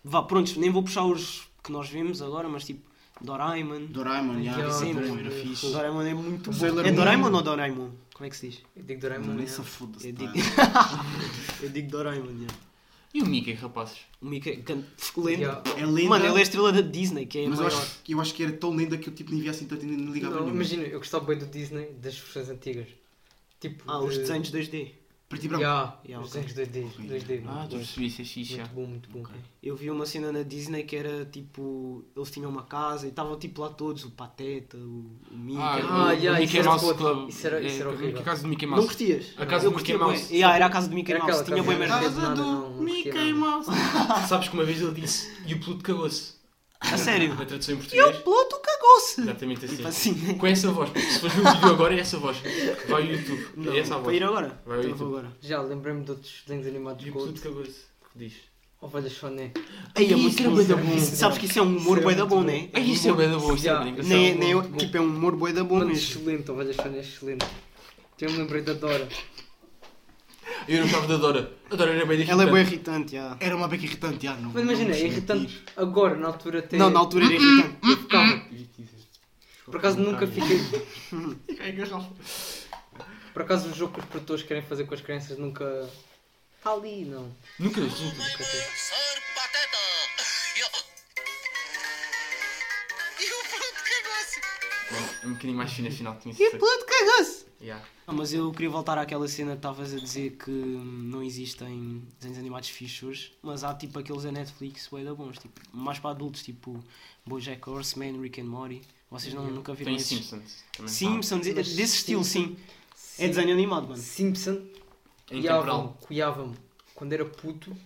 Speaker 1: Vá, prontos, nem vou puxar os que nós vemos agora, mas tipo Doraemon.
Speaker 2: Doraemon, já,
Speaker 4: Já,
Speaker 2: era
Speaker 1: Doraemon.
Speaker 2: bom, era fixe.
Speaker 1: Doraemon é muito bom.
Speaker 2: Sailor
Speaker 1: É
Speaker 2: Moon.
Speaker 1: Doraemon ou Doraemon? Como é que se diz?
Speaker 4: Eu digo
Speaker 2: Não,
Speaker 4: Doraemon.
Speaker 2: nem
Speaker 4: yeah.
Speaker 2: se foda-se.
Speaker 1: Eu
Speaker 2: pá.
Speaker 1: digo, eu digo Doraemon, já.
Speaker 3: E o Mickey, rapazes?
Speaker 1: O Mickey, can- lenda.
Speaker 4: Yeah.
Speaker 2: É linda.
Speaker 1: Mano, ele é a estrela da Disney, que é a
Speaker 2: Mas eu
Speaker 1: maior.
Speaker 2: acho, eu acho que era tão linda que eu tipo, nem via assim tanto e nem ligava
Speaker 4: Não,
Speaker 2: nenhuma.
Speaker 4: imagina, eu gostava bem do Disney, das versões antigas. Tipo,
Speaker 1: Ah,
Speaker 4: de-
Speaker 1: os desenhos 2D.
Speaker 2: Preto e branco.
Speaker 4: Yeah,
Speaker 1: Yeah,
Speaker 4: os
Speaker 1: ok.
Speaker 4: desenhos 2D. 2D
Speaker 3: Ah, tu
Speaker 4: muito,
Speaker 3: percebi isso, é fixe. já.
Speaker 4: bom, muito bom.
Speaker 1: Eu vi uma cena na Disney que era tipo. Eles tinham uma casa e estavam tipo lá todos, o Pateta, o, o Mickey.
Speaker 4: Ah,
Speaker 3: o- o
Speaker 4: yeah, isso
Speaker 3: Mickey
Speaker 4: era
Speaker 3: Mouse
Speaker 4: podre.
Speaker 3: Club.
Speaker 4: Isso era-
Speaker 3: É,
Speaker 4: isso era horrível.
Speaker 3: A casa do Mickey
Speaker 1: não
Speaker 3: Mouse.
Speaker 1: curtias?
Speaker 3: A casa
Speaker 1: Eu
Speaker 3: do
Speaker 1: curtia
Speaker 3: Mickey
Speaker 1: bué.
Speaker 3: Mouse.
Speaker 1: Yeah, era a casa do Mickey
Speaker 4: Era
Speaker 1: Mouse, tinha
Speaker 4: aquela
Speaker 1: bem
Speaker 4: casa.
Speaker 1: mais
Speaker 4: Ah,
Speaker 1: vezes
Speaker 4: nada,
Speaker 2: Casa
Speaker 4: não,
Speaker 2: do
Speaker 4: não curtia
Speaker 1: *laughs*
Speaker 2: Mickey Mouse.
Speaker 3: Sabes que uma vez ele disse e o Pluto cagou-se.
Speaker 1: A
Speaker 3: *laughs*
Speaker 1: sério?
Speaker 3: Na tradução em
Speaker 1: E o
Speaker 3: português.
Speaker 1: Pluto cagou-se!
Speaker 3: Exatamente assim.
Speaker 1: Tipo assim, né?
Speaker 3: Com essa voz, porque se fores ver o vídeo agora é essa voz. Vai ao YouTube.
Speaker 1: Não,
Speaker 3: é essa a
Speaker 1: para
Speaker 3: voz.
Speaker 1: ir agora?
Speaker 3: Vai ao
Speaker 1: Então vou
Speaker 3: YouTube.
Speaker 1: agora.
Speaker 4: Já, lembrei-me de outros desenhos animados
Speaker 3: E o
Speaker 4: com
Speaker 3: Pluto
Speaker 4: outro.
Speaker 3: cagou-se. O que Diz.
Speaker 4: Ovelhas Choné.
Speaker 1: Ei, é
Speaker 3: Ih,
Speaker 1: muito
Speaker 3: isso era
Speaker 1: bom.
Speaker 3: bué da bom.
Speaker 1: Isso- Sabes que isso é um humor
Speaker 4: Isso é
Speaker 1: bué da
Speaker 4: muito
Speaker 1: bom,
Speaker 4: bom.
Speaker 1: né?
Speaker 3: Ah, isto é o da boa, isto é
Speaker 4: Yeah.
Speaker 3: bem engraçado.
Speaker 1: Nem,
Speaker 4: bom,
Speaker 1: nem,
Speaker 4: muito bom.
Speaker 1: tipo, é um humor bué da bom
Speaker 4: Mano,
Speaker 1: mesmo.
Speaker 4: excelente, Ovelhas Choné, excelente. Eu me lembrei da Dora.
Speaker 3: Eu não gostava da Dora. A Dora era bem
Speaker 1: Ela é bem
Speaker 3: irritante.
Speaker 1: irritante, já.
Speaker 2: Era uma beca irritante, já, não.
Speaker 4: Mas imagina,
Speaker 2: não
Speaker 4: é
Speaker 2: vos
Speaker 4: irritante
Speaker 2: mentir.
Speaker 4: agora, na altura até.
Speaker 1: Não, na altura um era irritante.
Speaker 4: Eu ficava. Por acaso nunca fiquei.
Speaker 2: Tipo,
Speaker 1: É
Speaker 4: Por acaso o jogo que os produtores querem fazer com as crianças nunca. Está ali, não.
Speaker 3: Nunca.
Speaker 4: Nunca teve.
Speaker 5: Sr. Pateta! E o pronto cagou-se!
Speaker 3: É um bocadinho mais fino afinal. tinha
Speaker 1: E
Speaker 3: esse
Speaker 1: o Pluto cagou-se!
Speaker 3: saco. Yeah.
Speaker 1: Ah, mas eu queria voltar àquela cena que estavas a dizer que hum, não existem desenhos animados fixos hoje, mas há tipo aqueles da Netflix bué da bons, tipo, mais para adultos, tipo Bojack Horseman, Rick and Morty. Vocês não, nunca viram
Speaker 3: Tem
Speaker 1: esses?
Speaker 3: Então, Simpsons. também.
Speaker 1: Simpsons, é-
Speaker 4: Mas
Speaker 1: desse estilo sim.
Speaker 4: Simpsons-
Speaker 1: É desenho animado, mano.
Speaker 4: Simpson.
Speaker 3: É intemporal.
Speaker 4: Cuiavam-me, cuiavam-me quando era puto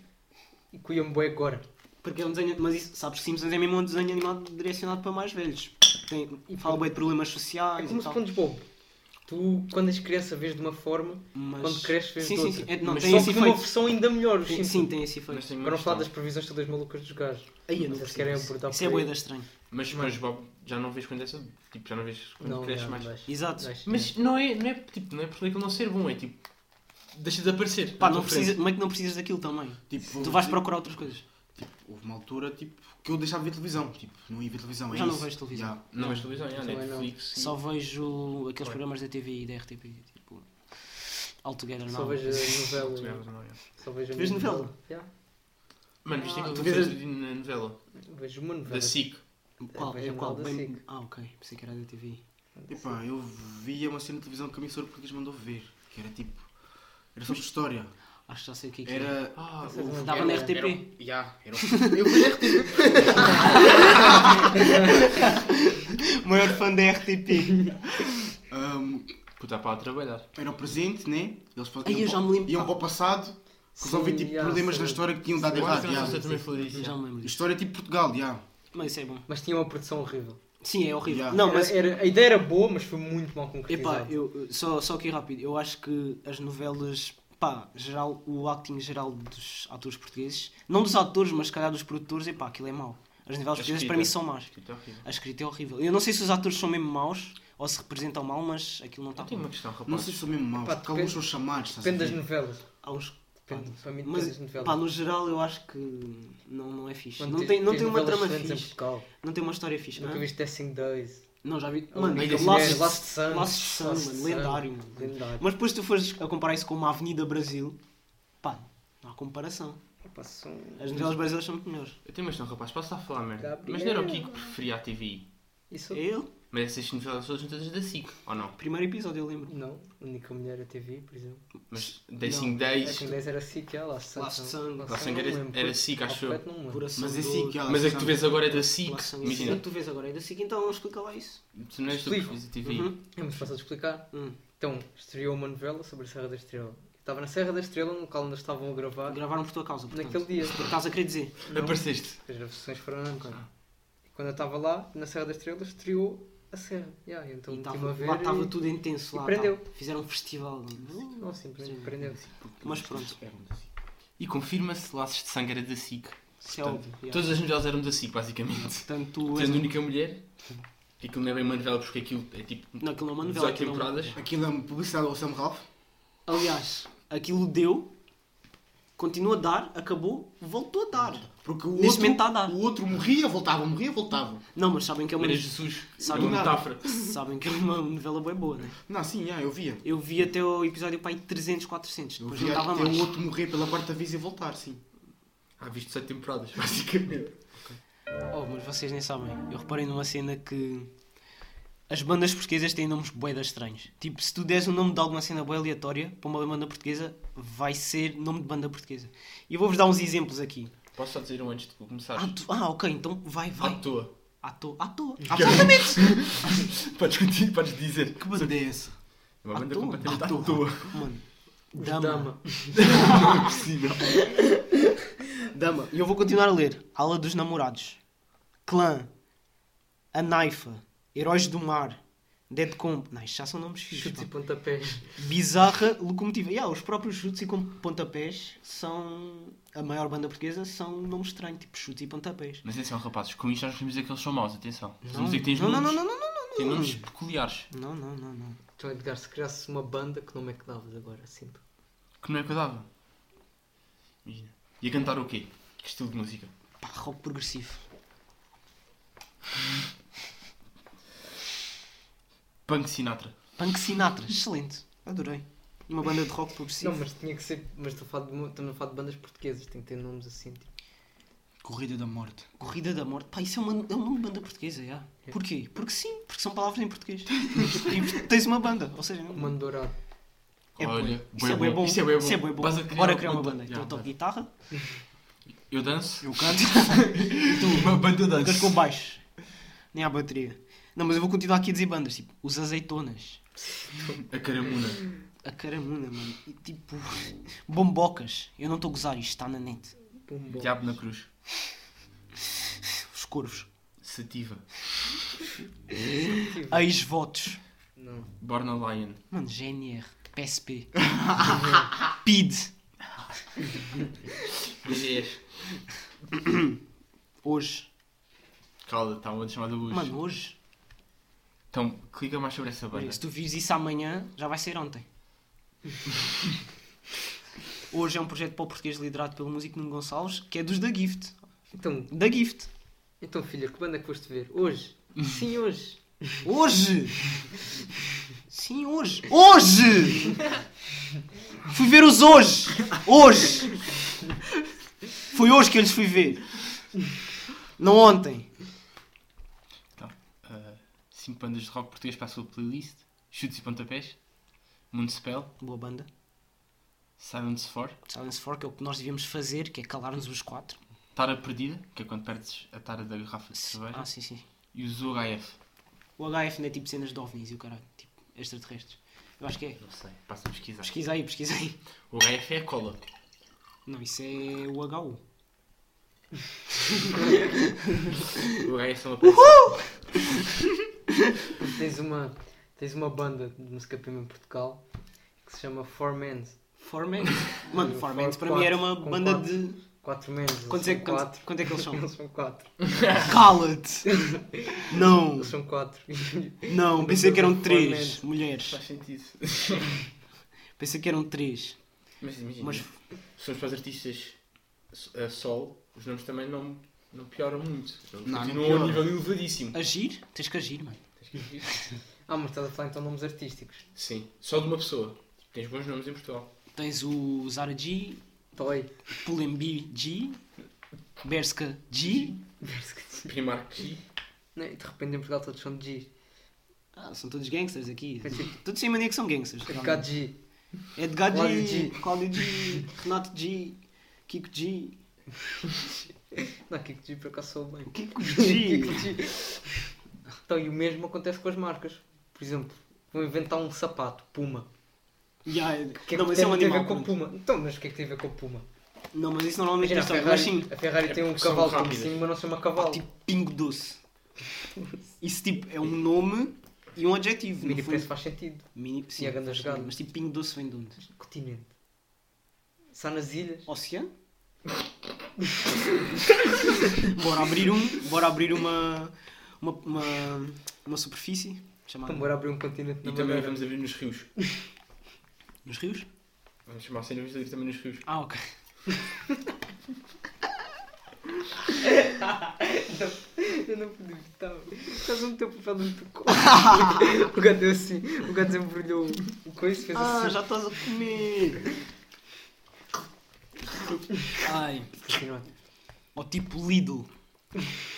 Speaker 4: e cuiam-me bem agora.
Speaker 1: Porque é um desenho, mas isso, sabes que Simpsons é mesmo um desenho animado direcionado para mais velhos. Tem,
Speaker 4: E
Speaker 1: fala bem de problemas
Speaker 4: É
Speaker 1: sociais
Speaker 4: como
Speaker 1: e
Speaker 4: se
Speaker 1: tal.
Speaker 4: quando bobo. Tu, quando és criança, vês de uma forma,
Speaker 1: Mas-
Speaker 4: quando cresces, vês
Speaker 1: sim,
Speaker 4: de
Speaker 1: sim,
Speaker 4: outra.
Speaker 1: sim, é- não,
Speaker 3: Mas
Speaker 1: tem
Speaker 4: Só
Speaker 1: esse
Speaker 4: que numa
Speaker 1: efeito.
Speaker 4: versão ainda melhor, os
Speaker 1: Tem-
Speaker 4: Simpsons.
Speaker 1: sim, tem esse efeito.
Speaker 3: Mas tem uma
Speaker 4: Para não falar das
Speaker 3: questão.
Speaker 4: previsões todas malucas dos gajos.
Speaker 1: Aí eu não
Speaker 4: Mas eles
Speaker 1: percebo
Speaker 4: querem
Speaker 1: isso.
Speaker 4: abordar
Speaker 1: Isso
Speaker 4: por
Speaker 1: é
Speaker 4: aí.
Speaker 1: bué da estranho.
Speaker 3: Mas SpongeBob já não vês quando é só- Tipo, já não vês quando
Speaker 4: Não,
Speaker 3: cresces
Speaker 4: não,
Speaker 3: mais.
Speaker 4: mas-
Speaker 1: Exato.
Speaker 4: mas-
Speaker 3: Mas não é, não é, tipo, não é por ele não ser bom, é tipo. Deixa de aparecer.
Speaker 1: Pá,
Speaker 3: à
Speaker 1: não
Speaker 3: tua frente.
Speaker 1: precisa, como é que não precisas daquilo também?
Speaker 2: Tipo,
Speaker 1: Tu vais procurar outras coisas.
Speaker 2: Houve uma altura, tipo, que eu deixava de ver televisão. Tipo, não ia ver televisão. é
Speaker 1: Já não
Speaker 2: isso.
Speaker 1: vejo televisão.
Speaker 2: Já.
Speaker 3: Não vês televisão, já,
Speaker 4: Também não.
Speaker 3: Netflix. e-
Speaker 1: Só vejo aqueles
Speaker 3: Ué.
Speaker 1: programas da TV e da RTP, tipo. All Together
Speaker 4: Só
Speaker 1: Now.
Speaker 4: vejo a
Speaker 3: Não, *laughs* também
Speaker 4: novela.
Speaker 3: não, já.
Speaker 4: Só vejo a
Speaker 1: Tu vês novela?
Speaker 4: Yeah.
Speaker 3: Mano, viste aquele
Speaker 2: tu
Speaker 3: que
Speaker 2: vês-
Speaker 3: fez na novela?
Speaker 4: Vejo uma novela.
Speaker 3: Da SIC.
Speaker 1: Qual? É
Speaker 4: Vejo
Speaker 1: qual?
Speaker 4: mal da
Speaker 1: Bem...
Speaker 4: SIC.
Speaker 1: Ah, ok. Pensei que era da TV.
Speaker 2: Epá, eu via uma cena de televisão que a minha senhora português mandou ver. Que era tipo. Era sobre história.
Speaker 1: Acho que já sei o que é que *laughs* é.
Speaker 2: Era.
Speaker 3: Ah,
Speaker 4: Essa
Speaker 3: o-
Speaker 1: Dava
Speaker 3: era-
Speaker 1: na
Speaker 3: era-
Speaker 1: RTP.
Speaker 2: Já. Era.
Speaker 1: *laughs*
Speaker 4: Eu vejo RTP.
Speaker 1: O maior fã da RTP.
Speaker 2: Ahm,
Speaker 3: puta para trabalhar.
Speaker 1: Tá,
Speaker 2: Era o presente, né? Eles pa-
Speaker 1: Ai, eu
Speaker 2: iam,
Speaker 1: já
Speaker 2: pa-
Speaker 1: me lembro.
Speaker 2: iam para o passado, resolver
Speaker 4: Sim,
Speaker 2: tipo
Speaker 4: já,
Speaker 2: problemas
Speaker 4: sim.
Speaker 2: da história que tinham dado
Speaker 3: Eu acho
Speaker 2: errado.
Speaker 3: que
Speaker 2: já.
Speaker 3: você também falou disso.
Speaker 1: Eu tá, já
Speaker 3: já.
Speaker 1: me lembro disso.
Speaker 2: História tipo Portugal, já.
Speaker 1: Mas isso é bom.
Speaker 4: Mas tinha uma produção horrível.
Speaker 1: Sim, é horrível.
Speaker 2: Já.
Speaker 1: Não, mas.
Speaker 4: Era- era- a ideia era boa, mas foi muito mal
Speaker 1: Epá,
Speaker 4: concretizada.
Speaker 1: eu, eu- só, só aqui rápido. Eu acho que as novelas. Pá, geral, o acting geral dos atores portugueses. Não dos atores, mas se calhar dos produtores. Epá, aquilo é mau. As novelas
Speaker 3: A
Speaker 1: portuguesas
Speaker 3: escrita.
Speaker 1: para mim são más.
Speaker 3: Escrita é horrível.
Speaker 1: A escrita é horrível. Eu não sei se os atores são mesmo maus ou se representam mal, mas aquilo não está
Speaker 3: Eu tenho
Speaker 1: Tá bom.
Speaker 3: uma questão, rapaz.
Speaker 2: Não sei se sou mesmo mau,
Speaker 4: Pá,
Speaker 2: porque alguns são
Speaker 4: depende-
Speaker 2: chamados, estás a
Speaker 4: Depende das
Speaker 2: ver?
Speaker 4: novelas.
Speaker 1: Há uns. pá,
Speaker 4: Depende, para mim depende
Speaker 1: mas,
Speaker 4: das novelas.
Speaker 1: pá, no geral eu acho que não, não é fixe.
Speaker 4: Quando
Speaker 1: Não
Speaker 4: tens-
Speaker 1: tem, não
Speaker 4: tens
Speaker 1: tem uma
Speaker 4: novelas
Speaker 1: trama
Speaker 4: excelentes em
Speaker 1: fixe.
Speaker 4: Portugal.
Speaker 1: Não tem uma história fixe.
Speaker 4: Nunca
Speaker 1: hã?
Speaker 4: viste Dancing Days.
Speaker 1: Não, já vi.
Speaker 4: Oh,
Speaker 1: Mano,
Speaker 4: Lady
Speaker 1: Laços-
Speaker 4: Laços- Laços de Sangue.
Speaker 1: Laços de Sangue,
Speaker 4: Laços de
Speaker 1: mano,
Speaker 4: Sangue.
Speaker 1: lendário, mano.
Speaker 4: Lendário.
Speaker 1: Mas depois se tu fores a comparar isso com uma Avenida Brasil, pá, não há comparação.
Speaker 4: Epá, um- são-
Speaker 1: As novelas brasileiras são muito melhores.
Speaker 3: Eu tenho uma questão, rapaz. Posso estar a falar merda?
Speaker 1: Tá
Speaker 4: Gabriel.
Speaker 3: Mas não era o Kiko que preferia a TVI.
Speaker 4: Isso?
Speaker 1: Eu,
Speaker 3: Mas essas novelas todas são todas da SIC, ou não?
Speaker 1: É primeiro episódio, eu lembro.
Speaker 4: Não, a única mulher a TV, por exemplo.
Speaker 3: Mas
Speaker 1: é
Speaker 3: Dancing Days...
Speaker 4: Dancing Days era assim que ela.
Speaker 1: Laços de Sangue.
Speaker 3: Laços de Sangue era- era SIC, acho eu.
Speaker 1: Coração
Speaker 2: Mas é
Speaker 1: do-
Speaker 2: assim que elas
Speaker 3: Mas a que
Speaker 2: são.
Speaker 3: tu vês agora é da SIC.
Speaker 1: Laços de Sangue. Isso é o
Speaker 3: Imagina,
Speaker 1: que tu vês agora é da SIC, então explica lá isso.
Speaker 3: tu não és tu que
Speaker 4: Explico.
Speaker 3: preferes a TVI.
Speaker 1: Uhum.
Speaker 4: É muito fácil de explicar.
Speaker 1: Hum.
Speaker 4: Então, estreou uma novela sobre a Serra da Estrela. Eu Estava na Serra da Estrela, no local onde eles estavam a gravar,
Speaker 1: Gravaram por tua causa, portanto.
Speaker 4: naquele dia.
Speaker 1: Por causa, querer dizer.
Speaker 4: Não.
Speaker 3: Apareceste.
Speaker 4: As gravações foram antes. E Quando eu estava lá, na Serra da Estrela, estreou a Serra. Yeah, então
Speaker 1: E
Speaker 4: meti-me
Speaker 1: tava-
Speaker 4: a ver
Speaker 1: lá estava
Speaker 4: e-
Speaker 1: tudo intenso.
Speaker 4: e
Speaker 1: lá,
Speaker 4: prendeu.
Speaker 1: tava. Fizeram um festival. mano.
Speaker 4: Não, simplesmente prendeu.
Speaker 1: Mas pronto,
Speaker 3: E confirma-se Laços de Sangue era da SIC.
Speaker 1: isso é óbvio. yeah.
Speaker 3: Todas as novelas eram da SIC, basicamente.
Speaker 1: Portanto, tu és... um
Speaker 3: Sendo a única um mulher, que aquilo não é bem uma novela porque aquilo é tipo
Speaker 1: Não, aquilo não é uma novela.
Speaker 3: 18
Speaker 1: aquilo é uma-
Speaker 3: temporadas.
Speaker 2: Aquilo é uma publicidade ao Sam Ralph.
Speaker 1: Aliás, aquilo deu, continua a dar, acabou, voltou a dar.
Speaker 2: Porque o
Speaker 1: Neste
Speaker 2: outro,
Speaker 1: momento está a dar.
Speaker 2: o outro morria, voltava, morria, voltava.
Speaker 1: Não, mas sabem que é uma,
Speaker 3: Maria Jesus,
Speaker 1: Sabe
Speaker 3: é uma
Speaker 1: nada.
Speaker 3: metáfora.
Speaker 1: sabem que é uma novela bem boa, né?
Speaker 2: Não, sim, já, eu via.
Speaker 1: Eu vi até o episódio pai 300, 400,
Speaker 2: Eu
Speaker 1: depois não
Speaker 2: via
Speaker 1: dava
Speaker 2: até
Speaker 1: mais.
Speaker 2: o outro morrer pela quarta vez e voltar, sim.
Speaker 3: Há visto 7 Ah, temporadas, *laughs* basicamente.
Speaker 1: Oh, mas vocês nem sabem. Eu reparei numa cena que as bandas portuguesas têm nomes boedas estranhos. Tipo, se tu deres o nome de alguma cena boa aleatória para uma banda portuguesa, vai ser nome de banda portuguesa. E eu vou-vos dar uns exemplos aqui.
Speaker 3: Posso só dizer um antes de começar?
Speaker 1: Ah, tu- ah, ok, então vai,
Speaker 3: À
Speaker 1: vai.
Speaker 3: toa.
Speaker 1: À toa. À toa.
Speaker 3: Podes, conti- podes dizer.
Speaker 2: Que banda é essa?
Speaker 3: É uma
Speaker 1: À
Speaker 3: banda
Speaker 1: toa.
Speaker 3: completamente à toa.
Speaker 1: Mano,
Speaker 4: Os
Speaker 1: dama.
Speaker 4: Dama.
Speaker 1: Dama. E eu vou continuar a ler. Ala dos Namorados. Clã. A Naifa. Heróis do Mar. Dead Comp. Não, isto já são nomes fixos.
Speaker 4: Chutes
Speaker 1: pá.
Speaker 4: e pontapés.
Speaker 1: Bizarra Locomotiva. Yeah, os próprios chutes e com- pontapés são. A maior banda portuguesa são nomes estranhos, tipo chutes e pontapés.
Speaker 3: Mas atenção, rapazes, com isto nós não queremos dizer que eles são maus, atenção.
Speaker 1: Não,
Speaker 3: Estamos a dizer que tens
Speaker 1: não, não,
Speaker 3: nomes,
Speaker 1: não, não, não, não,
Speaker 3: têm nomes peculiares.
Speaker 1: não, não, não, não.
Speaker 4: Então, Edgar, se criasses uma banda, que nome é que davas agora? Assim,
Speaker 3: Que não é que eu dava. Imagina. E a cantar o quê? Que estilo de música?
Speaker 1: Pá, rock progressivo.
Speaker 3: Punk Sinatra.
Speaker 1: Punk Sinatra, excelente. Adorei. E uma banda de rock progressivo.
Speaker 4: Não, mas tinha que ser. Mas estou a falar de, estamos a falar de bandas portuguesas, tem que ter nomes assim. Tipo.
Speaker 2: Corrida da morte.
Speaker 1: Corrida da Morte. Pá, isso é, uma, é um nome de banda portuguesa, já. Porquê? Porque sim, porque são palavras em português. e tens uma banda, ou seja, não.
Speaker 4: Mano Dourado.
Speaker 1: É
Speaker 3: Olha,
Speaker 1: bué. isso
Speaker 3: bué
Speaker 1: é bué bom.
Speaker 3: Isso é bué bom.
Speaker 1: Isso é bué bom.
Speaker 3: Vais a criar
Speaker 1: Bora
Speaker 3: uma
Speaker 1: criar uma
Speaker 3: banda.
Speaker 1: banda.
Speaker 3: Já,
Speaker 1: Então eu toco
Speaker 3: tá.
Speaker 1: guitarra,
Speaker 3: Eu danço.
Speaker 2: Eu canto.
Speaker 3: Uma banda dança.
Speaker 1: *laughs* tocas com baixo. Nem há bateria. Não, mas eu vou continuar aqui a dizer bandas, tipo, os azeitonas,
Speaker 3: A caramuna.
Speaker 1: a caramuna, mano, e tipo, bombocas. Eu não estou a gozar, isto está na net.
Speaker 4: Pumba.
Speaker 3: Diabo na cruz.
Speaker 1: Os corvos.
Speaker 3: Sativa.
Speaker 4: Tive.
Speaker 1: Ex-votos.
Speaker 4: Não.
Speaker 3: Born a Lion.
Speaker 1: Mano, GNR,
Speaker 3: *laughs*
Speaker 1: PSP. PID. Hoje.
Speaker 3: Calda, está uma banda chamada Bush.
Speaker 1: Mano, hoje.
Speaker 3: Então, clica mais sobre essa banda.
Speaker 1: Se tu vires isso amanhã, já vai ser ontem. Hoje é um projeto para o português liderado pelo músico Nuno Gonçalves, que é dos da Gift.
Speaker 4: Então,
Speaker 1: Da Gift.
Speaker 4: então, filha, que banda que foste ver? *laughs* Hoje? Sim, hoje.
Speaker 1: Hoje! Sim, hoje! Hoje! Fui ver os hoje! Hoje! Foi hoje que eu lhes fui ver. Não ontem.
Speaker 3: Então, ah, cinco bandas de rock português para a sua playlist. Chutes e pontapés. Moonspell.
Speaker 1: Boa banda.
Speaker 3: Silence 4.
Speaker 1: Silence 4, que é o que nós devíamos fazer, que é calar-nos os quatro.
Speaker 3: Tara Perdida, que é quando perdes a tara Tá da garrafa de cerveja.
Speaker 1: Ah, sim, sim.
Speaker 3: E o Zoo HF.
Speaker 1: O HF não é tipo cenas de ovnis e o caralho. Tipo, Extraterrestres. Eu acho que é.
Speaker 3: Não sei, passa a pesquisar.
Speaker 1: Pesquisa aí, pesquisa aí.
Speaker 3: O HF é a cola.
Speaker 1: Não, isso é o HU.
Speaker 3: O HF é uma peça.
Speaker 4: Tens uma, tens uma banda de música prima em Portugal que se chama Four Men.
Speaker 1: Four Men. é- Mano, Four
Speaker 4: Eu falo
Speaker 1: Men para
Speaker 4: quatro,
Speaker 1: mim era uma
Speaker 4: com
Speaker 1: banda
Speaker 4: quatro.
Speaker 1: de.
Speaker 4: Quatro Men. eles
Speaker 1: Quantos é,
Speaker 4: são
Speaker 1: quanto,
Speaker 4: quatro.
Speaker 1: quanto é que eles
Speaker 4: *laughs*
Speaker 1: são?
Speaker 4: Eles são quatro.
Speaker 1: Cala-te! Não,
Speaker 4: Eles são quatro. *laughs*
Speaker 1: não, pensei que eram
Speaker 4: Four
Speaker 1: três
Speaker 4: Men.
Speaker 1: mulheres.
Speaker 3: Faz sentido.
Speaker 1: Pensei que eram três.
Speaker 3: Mas imagina,
Speaker 1: Mas-
Speaker 3: se formos para os artistas so- a sol, os nomes também não, não pioram muito. Eles
Speaker 2: Não, não
Speaker 3: continuam a
Speaker 2: pioram.
Speaker 3: um nível elevadíssimo.
Speaker 1: Agir? Tens que agir, mano.
Speaker 3: Tens que dizer.
Speaker 4: Ah, mas estás a falar então de nomes artísticos.
Speaker 3: Sim, só de uma pessoa. Tens bons nomes em Portugal.
Speaker 1: Tens o Zara G,
Speaker 4: Toy.
Speaker 1: Pulembi G, Berska G.
Speaker 3: Primark G.
Speaker 4: Não, e de repente em Portugal todos são de G.
Speaker 1: Ah, são todos gangsters aqui.
Speaker 4: É tipo-
Speaker 1: Todos sem mania que são gangsters.
Speaker 4: Edgar G.
Speaker 1: Edgar
Speaker 4: Cláudio
Speaker 1: G,
Speaker 4: G.
Speaker 1: Cláudio G, Renato G, Kiko G.
Speaker 4: Não, Kiko G por acaso sou bem.
Speaker 1: *laughs* Kiko
Speaker 4: *laughs* Kiko
Speaker 1: G.
Speaker 4: G. Então, e o mesmo acontece com as marcas. Por exemplo, vão inventar um sapato, Puma.
Speaker 1: Yeah,
Speaker 4: O que é que
Speaker 1: não, mas
Speaker 4: tem
Speaker 1: isso é um
Speaker 4: tem a ver
Speaker 1: animal.
Speaker 4: com
Speaker 1: pronto.
Speaker 4: Puma? Então, mas o que é que tem a ver com Puma?
Speaker 1: Não, mas isso normalmente
Speaker 4: Imagina,
Speaker 1: é
Speaker 4: a
Speaker 1: história. Mas sim,
Speaker 4: Ferrari, a Ferrari tem
Speaker 3: É
Speaker 4: um
Speaker 3: porque são
Speaker 4: cavalo como
Speaker 3: rápidas.
Speaker 4: sim, mas não chama cavalo.
Speaker 1: tipo pingo
Speaker 4: *laughs*
Speaker 1: doce. Isso tipo é um nome e um adjetivo.
Speaker 4: Mini
Speaker 1: no fundo.
Speaker 4: preço faz sentido.
Speaker 1: Mini sim,
Speaker 4: é grande
Speaker 1: faz
Speaker 4: jogada.
Speaker 1: sentido, Mas tipo pingo doce vem de onde?
Speaker 4: Continente. Só nas ilhas. *laughs*
Speaker 1: Oceano? bora abrir um. Bora abrir uma. uma. uma, uma superfície.
Speaker 4: Então
Speaker 1: Chamada.
Speaker 4: bora abrir um continente
Speaker 3: E
Speaker 4: na
Speaker 3: também
Speaker 4: Madeira.
Speaker 3: vamos abrir nos rios.
Speaker 1: Nos rios?
Speaker 3: Vamos chamar a cena vamos abrir também nos rios.
Speaker 1: Ah, ok.
Speaker 4: Eu não pude evitar. Estás a meter o papel dentro do copo.
Speaker 1: *laughs*
Speaker 4: o gato deu assim. O gato desembrulhou o coice fez
Speaker 1: Ah,
Speaker 4: assim.
Speaker 1: já estás a comer! Ai.
Speaker 4: Continua.
Speaker 1: Ou tipo Lidl.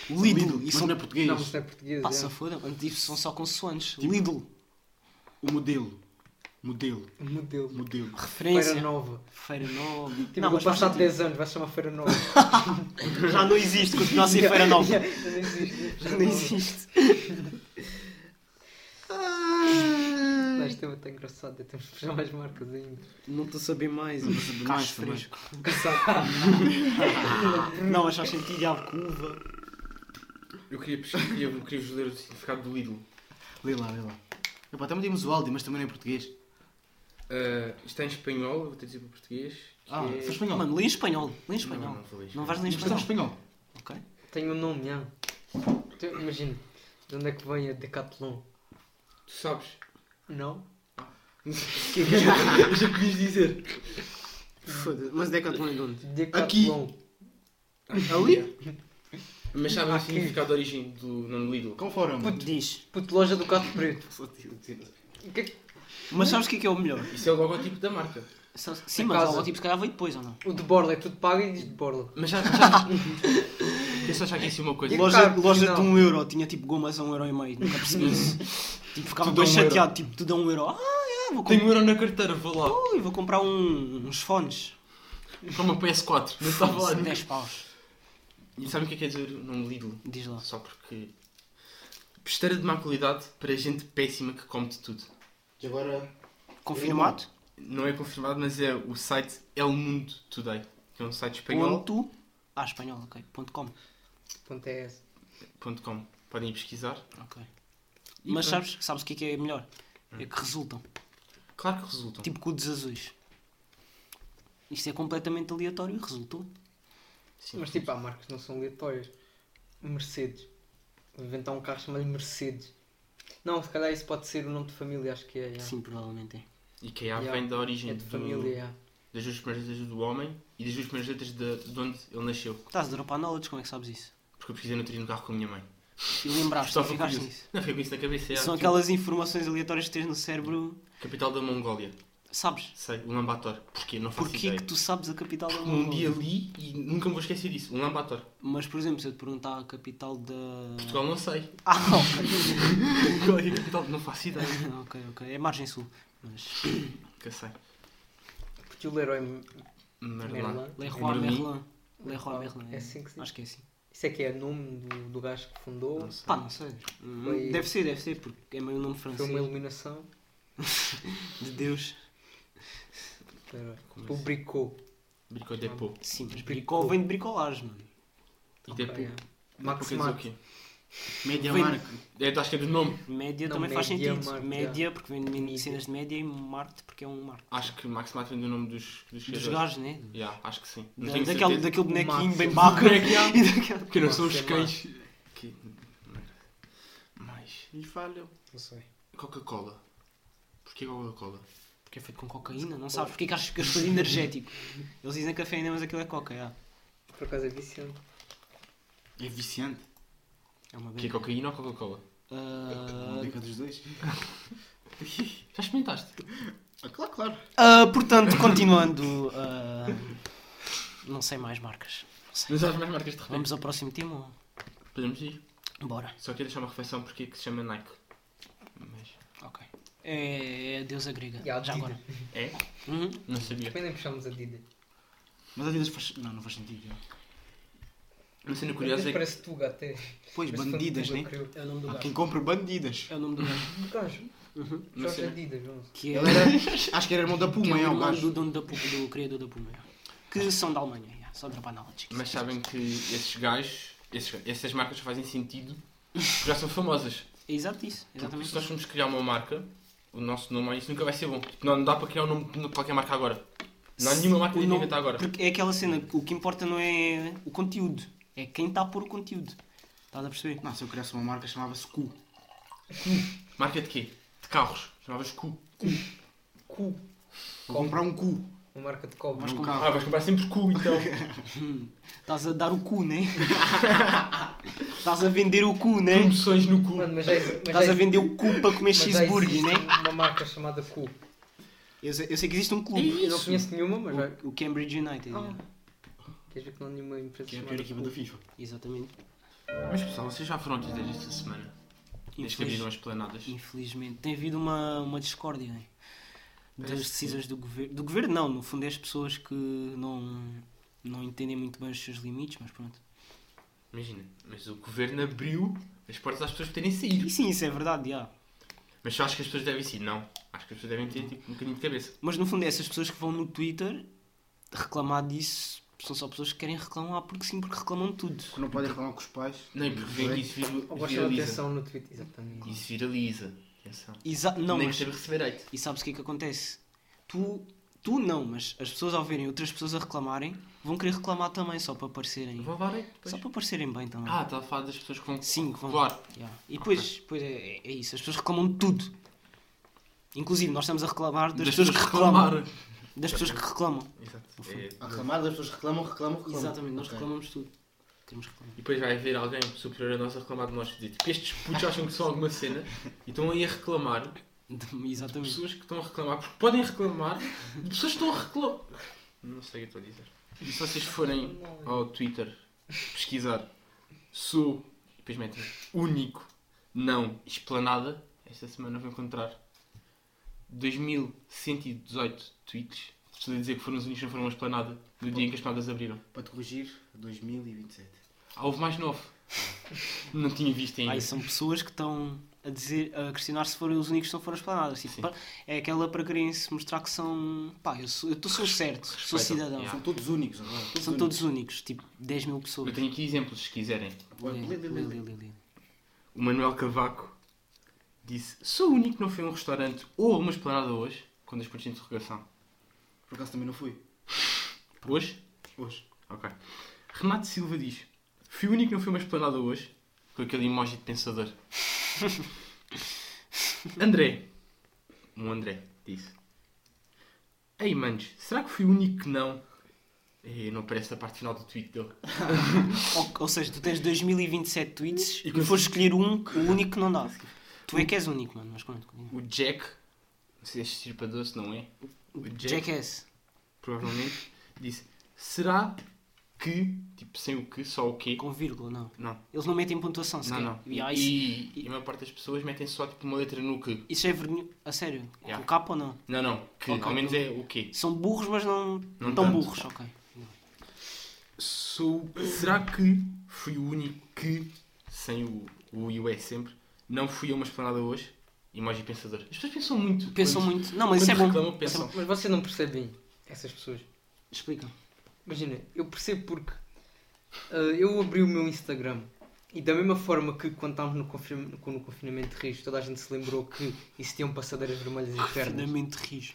Speaker 1: Lidl.
Speaker 2: Lidl,
Speaker 1: e
Speaker 2: isso
Speaker 1: são
Speaker 2: não é português.
Speaker 4: Não, mas não é português.
Speaker 1: Passa
Speaker 4: é.
Speaker 1: foda, mano, tipo, são só consoantes. Lidl.
Speaker 2: O modelo. Modelo.
Speaker 4: é um Modelo.
Speaker 2: Modelo.
Speaker 1: Referência.
Speaker 4: Feira nova.
Speaker 1: Feira Nova.
Speaker 4: Tipo,
Speaker 1: não,
Speaker 4: vou
Speaker 1: mas faz
Speaker 4: passar
Speaker 1: sentido.
Speaker 4: 10 anos, vai se chamar Feira Nova.
Speaker 1: já não existe, continua a ser Ah, Feira Nova.
Speaker 4: *laughs* Já não existe.
Speaker 1: Já não existe.
Speaker 4: Mas isto é muito engraçado. Temos que puxar mais marcas ainda.
Speaker 1: Não estou a saber mais.
Speaker 2: Não tô a saber
Speaker 1: Cacho
Speaker 2: mais também.
Speaker 1: fresco. Não, mas faz sentido, ave com uva.
Speaker 3: Eu queria, pesquisar- eu queria vos ler o significado do Lidl.
Speaker 2: Lê lá, lê lá. Epá, também temos o Aldi, mas também não é português.
Speaker 3: Ah, está em espanhol, vou ter de dizer para português. que
Speaker 2: Ah,
Speaker 3: é-
Speaker 2: sou espanhol.
Speaker 1: Mano, lê em espanhol. Lê em
Speaker 3: Não,
Speaker 1: espanhol.
Speaker 3: não vou ler
Speaker 1: Não vais ler em
Speaker 2: Mas está
Speaker 1: espanhol.
Speaker 2: em espanhol.
Speaker 1: Ok.
Speaker 4: Tenho um nome, já. Então, Imagina, de onde é que vem a Decathlon?
Speaker 3: Tu sabes.
Speaker 4: Não?
Speaker 3: Que é que eu já podias dizer.
Speaker 1: Foda-se. Mas Decathlon é de onde?
Speaker 4: Decathlon. Aqui.
Speaker 1: Ali? Ah,
Speaker 3: Mas sabes o
Speaker 4: Aqui.
Speaker 3: significado de origem do nome Lidl?
Speaker 2: Qual fora, mano?
Speaker 1: Puto diz.
Speaker 4: Puto, loja do gato preto.
Speaker 2: Só te- te-
Speaker 4: O que é que-
Speaker 1: Mas sabes o que é que é o melhor?
Speaker 3: Isso é o logotipo da marca.
Speaker 1: Sa- Sim,
Speaker 4: É
Speaker 1: mas
Speaker 4: casa.
Speaker 1: o logotipo se calhar veio depois ou não?
Speaker 4: O de Borla, é tudo pago e diz de Borla.
Speaker 3: Mas já. já... *laughs* eu só achar aqui assim uma coisa.
Speaker 4: E-
Speaker 1: Loja,
Speaker 4: Claro,
Speaker 1: loja
Speaker 4: não.
Speaker 1: de 1 um euro, tinha tipo gomas a 1 um euro e meio, nunca percebi
Speaker 4: *laughs*
Speaker 1: isso. tipo, ficava
Speaker 3: Tudo a
Speaker 1: bem
Speaker 3: um euro.
Speaker 1: chateado, tipo, tudo a 1 um euro. Ah, é, vou,
Speaker 3: Tenho
Speaker 1: comp
Speaker 3: um euro na carteira, vou lá.
Speaker 1: Ui, vou comprar um- uns fones.
Speaker 3: Para uma PS4. Não estava lá.
Speaker 1: 10 paus,
Speaker 3: E sabem o que é que quer dizer o nome Lidl?
Speaker 1: diz lá.
Speaker 3: Só porque. Besteira de má qualidade para gente péssima que come de tudo.
Speaker 2: E agora.
Speaker 1: Confirmado?
Speaker 3: Não é confirmado, mas é o site El Mundo Today, que é um site espanhol.
Speaker 1: Ponto. Ah, espanhol, ok. Ponto com.
Speaker 4: Ponto é esse.
Speaker 3: Ponto .com. Podem ir pesquisar.
Speaker 1: Ok.
Speaker 3: E
Speaker 1: Mas
Speaker 3: pronto. Hum.
Speaker 1: sabes, sabes o que é que é melhor? É que resultam.
Speaker 3: Claro que resultam.
Speaker 1: Tipo com dos azuis. Isto é completamente aleatório e resultou.
Speaker 3: Sim.
Speaker 4: Mas tipo, há marcas que não são aleatórias. Mercedes. Vou inventar um carro chamado Mercedes. Não, se calhar isso pode ser o nome de família, acho que é. já.
Speaker 1: Sim, provavelmente é.
Speaker 3: E que é a
Speaker 4: Yeah.
Speaker 3: vem da origem
Speaker 4: É de
Speaker 3: do-
Speaker 4: família, já.
Speaker 3: das duas primeiras letras do homem e das duas primeiras letras de, de onde ele nasceu.
Speaker 1: Estás a dropar knowledge, como é que sabes isso?
Speaker 3: Porque eu pesquisei no trilho no carro com a minha mãe.
Speaker 1: E lembraste,
Speaker 3: Só
Speaker 1: não
Speaker 3: fui
Speaker 1: ficaste
Speaker 3: com
Speaker 1: nisso.
Speaker 3: isso. Não, fiquei com isso na cabeça. é,
Speaker 1: São
Speaker 3: tipo,
Speaker 1: aquelas informações aleatórias que tens no cérebro,
Speaker 3: Capital da Mongólia.
Speaker 1: sabes?
Speaker 3: Sei, Ulaanbaatar. Porquê? Não faço
Speaker 1: Porquê
Speaker 3: ideia.
Speaker 1: que tu sabes a capital da
Speaker 3: Um dia
Speaker 1: Mongólia?
Speaker 3: li e nunca me vou esquecer disso. Ulaanbaatar.
Speaker 1: Mas, por exemplo, se eu te perguntar a capital da...
Speaker 3: Portugal não sei.
Speaker 1: Ah, ok.
Speaker 3: Qual é a *laughs* capital? Não faço ideia.
Speaker 1: *coughs* ok, ok. É margem sul. Mas...
Speaker 3: Que eu sei.
Speaker 4: Porque o Leroy
Speaker 3: Merlin.
Speaker 4: Merlin.
Speaker 1: Leroy
Speaker 3: Merlin.
Speaker 1: Merlin. Leroy Merlin.
Speaker 4: É assim que se diz.
Speaker 1: Acho que é assim.
Speaker 4: Isso é que é o nome do, do gajo que fundou.
Speaker 3: Não sei.
Speaker 1: Pá, não sei.
Speaker 4: Foi-
Speaker 1: Deve ser, deve ser, porque é meio nome
Speaker 4: Foi um uma
Speaker 1: francês.
Speaker 4: iluminação.
Speaker 1: de Deus.
Speaker 4: Espera,
Speaker 3: Como assim?
Speaker 4: Publicou.
Speaker 3: Bricou de pouco.
Speaker 1: Sim, mas bricol vem de bricolage, mano.
Speaker 3: E de
Speaker 4: Ok, é.
Speaker 3: pouco.
Speaker 4: Max
Speaker 3: quer dizer o
Speaker 4: Max.
Speaker 3: quê?
Speaker 2: Média
Speaker 1: Vem-
Speaker 2: marca.
Speaker 3: É, tu acho que é do nome.
Speaker 1: Média
Speaker 4: Não,
Speaker 1: também faz
Speaker 4: média, é
Speaker 1: sentido.
Speaker 4: marca.
Speaker 1: média, porque vem de
Speaker 4: Mídia.
Speaker 1: medicinas de média e Marte, porque é um Marte.
Speaker 3: Acho que Max Max vem do nome dos Dos,
Speaker 1: Dos
Speaker 3: criadores.
Speaker 1: gajos, né?
Speaker 3: Yeah, acho que sim. Não
Speaker 1: Da,
Speaker 3: tenho
Speaker 1: daquele,
Speaker 3: certeza.
Speaker 1: daquele bonequinho
Speaker 4: Max.
Speaker 1: bem baco.
Speaker 4: *laughs*
Speaker 3: Bonequinho.
Speaker 1: e daquele-
Speaker 3: Porque não são os
Speaker 4: Max é
Speaker 3: cães. Que... Mas. E falha.
Speaker 4: Não sei.
Speaker 3: Coca-Cola. Porquê Coca-Cola?
Speaker 1: *laughs* Porque é feito com cocaína, não sabes porque é que achas que as coisas energético. Eles dizem café ainda, mas aquilo é coca, já.
Speaker 4: Por acaso é viciante.
Speaker 2: É viciante.
Speaker 1: é uma
Speaker 3: Porquê
Speaker 1: bem.
Speaker 3: cocaína ou Coca-Cola?
Speaker 1: Ah,
Speaker 2: Não diga dos dois.
Speaker 3: Já experimentaste?
Speaker 2: Ah, claro, claro.
Speaker 1: ah, portanto, continuando. ah, não sei mais marcas. Não sei.
Speaker 3: Não sabes mais marcas de repente?
Speaker 1: Vamos ao próximo tema?
Speaker 3: Podemos ir.
Speaker 1: ou- Bora.
Speaker 3: Só queria deixar uma reflexão porque é que se chama Nike. Mas.
Speaker 1: Ok. É, é a deusa grega.
Speaker 4: E a
Speaker 1: Já
Speaker 4: Adidas.
Speaker 1: agora.
Speaker 3: É?
Speaker 1: Uhum.
Speaker 3: Não sabia.
Speaker 4: Dependem puxamos a Dida.
Speaker 2: Mas às vezes faz. Não, não faz sentido.
Speaker 3: Uma cena curiosa é que.
Speaker 4: Parece Tuga até.
Speaker 2: Pois,
Speaker 4: Mas foi
Speaker 2: bandidas,
Speaker 4: Tuga,
Speaker 2: né?
Speaker 4: creio. Ah,
Speaker 1: É o nome do
Speaker 2: Há
Speaker 1: gajo.
Speaker 2: quem compra bandidas.
Speaker 1: É o nome do gajo.
Speaker 4: Do gajo.
Speaker 3: Uma
Speaker 4: Jorge
Speaker 3: cena-
Speaker 4: Adidas, não sei.
Speaker 1: Que é,
Speaker 2: Ele era. *laughs* Acho que era irmão da
Speaker 1: que é
Speaker 2: Puma,
Speaker 1: o
Speaker 2: é o
Speaker 1: irmão do
Speaker 2: gajo.
Speaker 1: dono da Puma, do criador da Puma. é. Que são da Alemanha, já. só para analogies.
Speaker 3: Mas sabem que esses gajos. esses- essas marcas só fazem sentido porque já
Speaker 1: *laughs*
Speaker 3: são famosas.
Speaker 1: É exato isso,
Speaker 3: Porque
Speaker 1: exatamente.
Speaker 3: se nós formos criar uma marca, o nosso nome a isso nunca vai ser bom. Tipo, Não dá para criar um nome para qualquer marca agora. Não há nenhuma marca
Speaker 1: O
Speaker 3: que
Speaker 1: nome-
Speaker 3: inventar agora.
Speaker 1: Porque é aquela cena, que o que importa não é o conteúdo, é quem está a pôr o conteúdo. Estás a perceber?
Speaker 2: Não, se eu criasse uma marca chamava-se Cu.
Speaker 3: Marca de quê? De carros. Chamavas cu.
Speaker 4: Cu.
Speaker 2: Vou comprar um cu.
Speaker 4: Uma marca de cobre.
Speaker 2: Mas
Speaker 4: Mas
Speaker 2: um
Speaker 3: Ah,
Speaker 2: carro.
Speaker 3: vais comprar sempre
Speaker 1: *laughs*
Speaker 3: cu então.
Speaker 1: Estás a dar o cu, né? *laughs* Estás a vender o cu, né?
Speaker 3: Promoções no cu.
Speaker 4: Mano, mas já exi- mas
Speaker 1: Estás
Speaker 4: já
Speaker 1: a vender o cu para comer
Speaker 4: mas é já
Speaker 1: cheeseburger,
Speaker 4: existe
Speaker 1: né?
Speaker 4: Uma marca chamada Cu.
Speaker 1: Eu sei, eu sei que existe um
Speaker 2: É
Speaker 1: clube.
Speaker 4: Eu não conheço nenhuma, mas já.
Speaker 1: O, o Cambridge United.
Speaker 4: Ah.
Speaker 1: é.
Speaker 4: Queres ver que não há nenhuma empresa
Speaker 2: Que é a
Speaker 4: chamada
Speaker 2: pior equipa
Speaker 4: Cu?
Speaker 2: da FIFA.
Speaker 1: Exatamente.
Speaker 3: Mas pessoal, vocês já foram desde esta semana? Desde que
Speaker 1: Infeliz-
Speaker 3: abriram as planadas.
Speaker 1: Infelizmente. Tem havido uma, uma discórdia né? das
Speaker 3: Parece que
Speaker 1: decisões do governo. Do governo, não. No fundo, é as pessoas que não, não entendem muito bem os seus limites, mas pronto.
Speaker 3: Imagina, mas o governo abriu as portas às pessoas poderem sair.
Speaker 1: E sim, isso é verdade, já.
Speaker 3: Mas só acho que as pessoas devem sair. Não. Acho que as pessoas devem ter tipo, um bocadinho de cabeça.
Speaker 1: Mas no fundo, é essas pessoas que vão no Twitter reclamar disso são só pessoas que querem reclamar porque sim, porque reclamam de tudo.
Speaker 2: Que não podem reclamar com os pais.
Speaker 3: Não, e porque vem que isso vir-
Speaker 4: Ou gosta de
Speaker 3: viraliza.
Speaker 4: atenção no Twitter. Exatamente.
Speaker 3: Isso viraliza. Atenção.
Speaker 1: Exa não,
Speaker 3: Nem
Speaker 1: mas,
Speaker 3: recebe receber hate.
Speaker 1: e sabes o que é que acontece? Tu, tu não, mas as pessoas ao verem outras pessoas a reclamarem vão querer reclamar também, só para parecerem.
Speaker 3: Vão levar hate depois.
Speaker 1: Só para parecerem bem também.
Speaker 3: Ah, está a falar das pessoas que vão.
Speaker 1: Sim, que vão.
Speaker 3: Claro.
Speaker 1: Yeah. E depois, depois é, é- é isso, as pessoas reclamam de tudo. Inclusive, nós estamos a reclamar das, pessoas, que reclamam. Das pessoas que reclamam.
Speaker 3: Exato.
Speaker 1: No fundo.
Speaker 3: É-
Speaker 2: A reclamar, as pessoas reclamam, reclamam, reclamam.
Speaker 1: Exatamente, nós
Speaker 2: Ok.
Speaker 1: reclamamos de tudo. Queremos reclamar. *laughs*
Speaker 3: E depois vai haver alguém superior a nós a reclamar de nós. Dizer, tipo, estes putos acham que são alguma cena e estão aí a reclamar.
Speaker 1: Exatamente.
Speaker 3: Hum. Pessoas que estão a reclamar, porque podem reclamar, de pessoas que estão a reclamar. Não sei o que eu estou a dizer. E se vocês forem ao Twitter pesquisar sou, e depois metem único, não explanada, esta semana vou encontrar 2118 tweets. Estou a dizer que foram os únicos que não foram a esplanada no dia em que as planadas abriram.
Speaker 2: Para te corrigir, 2027.
Speaker 3: Ah, houve mais nove. Não tinha visto ainda.
Speaker 1: Aí são pessoas que estão a dizer, a questionar se forem os únicos que não foram explanadas. Tipo,
Speaker 3: Sim.
Speaker 1: pa- é aquela para querem se mostrar que são. pá, eu sou, eu tô- sou certo, sou
Speaker 3: Respeitam.
Speaker 1: cidadão.
Speaker 3: Yeah.
Speaker 2: São todos únicos agora.
Speaker 1: São todos únicos, tipo 10 mil pessoas.
Speaker 3: Eu tenho um aqui exemplos, se quiserem.
Speaker 2: Ué,
Speaker 1: Lê,
Speaker 2: lê, lê, lê, lê.
Speaker 1: lê, lê.
Speaker 3: O Manuel Cavaco disse: Sou o único que não foi a um restaurante ou a uma esplanada hoje, com dois pontos de interrogação.
Speaker 2: Por acaso também não fui.
Speaker 3: Hoje?
Speaker 2: Hoje.
Speaker 3: Ok. Renato Silva diz: Fui o único que não foi a uma esplanada hoje, com aquele emoji de pensador. *laughs* André, um André, disse: Ei, manos, será que fui o único que não. Eh, não aparece a parte final do tweet dele.
Speaker 1: Ou, ou seja, tu tens 2027 tweets
Speaker 3: E
Speaker 1: e,
Speaker 3: com-
Speaker 1: foste escolher um, o único que não dá. Tu é que és único, mano, mas pronto.
Speaker 3: O Jack, não sei se é extirpador, se não é. O Jack,
Speaker 1: Jackass.
Speaker 3: provavelmente, disse: Será que, tipo, sem o que, só o quê?
Speaker 1: Com vírgula, não.
Speaker 3: Não,
Speaker 1: Eles não metem pontuação
Speaker 3: não,
Speaker 1: sequer.
Speaker 3: não. E,
Speaker 1: E há isso,
Speaker 3: e, a maior parte das pessoas metem só tipo uma letra no que.
Speaker 1: isso é vergonhoso. A sério,
Speaker 3: Yeah.
Speaker 1: com capa ou não?
Speaker 3: Não, não, que
Speaker 2: Ok.
Speaker 3: ao menos é o quê?
Speaker 1: São burros, mas não,
Speaker 3: Não
Speaker 1: tão
Speaker 3: tanto.
Speaker 1: burros, ok.
Speaker 3: Sou. Será que é fui o único que, sem o, o US sempre, não fui a uma esplanada hoje? emoji pensador. As pessoas pensam muito.
Speaker 1: Pensam
Speaker 3: Quando-
Speaker 1: muito. Não, mas isso é
Speaker 3: quando
Speaker 1: bom.
Speaker 3: reclamam,
Speaker 1: Isso é
Speaker 3: pensam.
Speaker 1: bom.
Speaker 4: Mas vocês não percebem essas pessoas.
Speaker 1: Explica.
Speaker 4: Imagina, eu percebo porque ah, eu abri o meu Instagram e da mesma forma que quando estávamos no, confirma- com- no confinamento de risco toda a gente se lembrou que existiam passadeiras vermelhas
Speaker 1: Ah,
Speaker 4: e pernas.
Speaker 1: Profundamente rijo.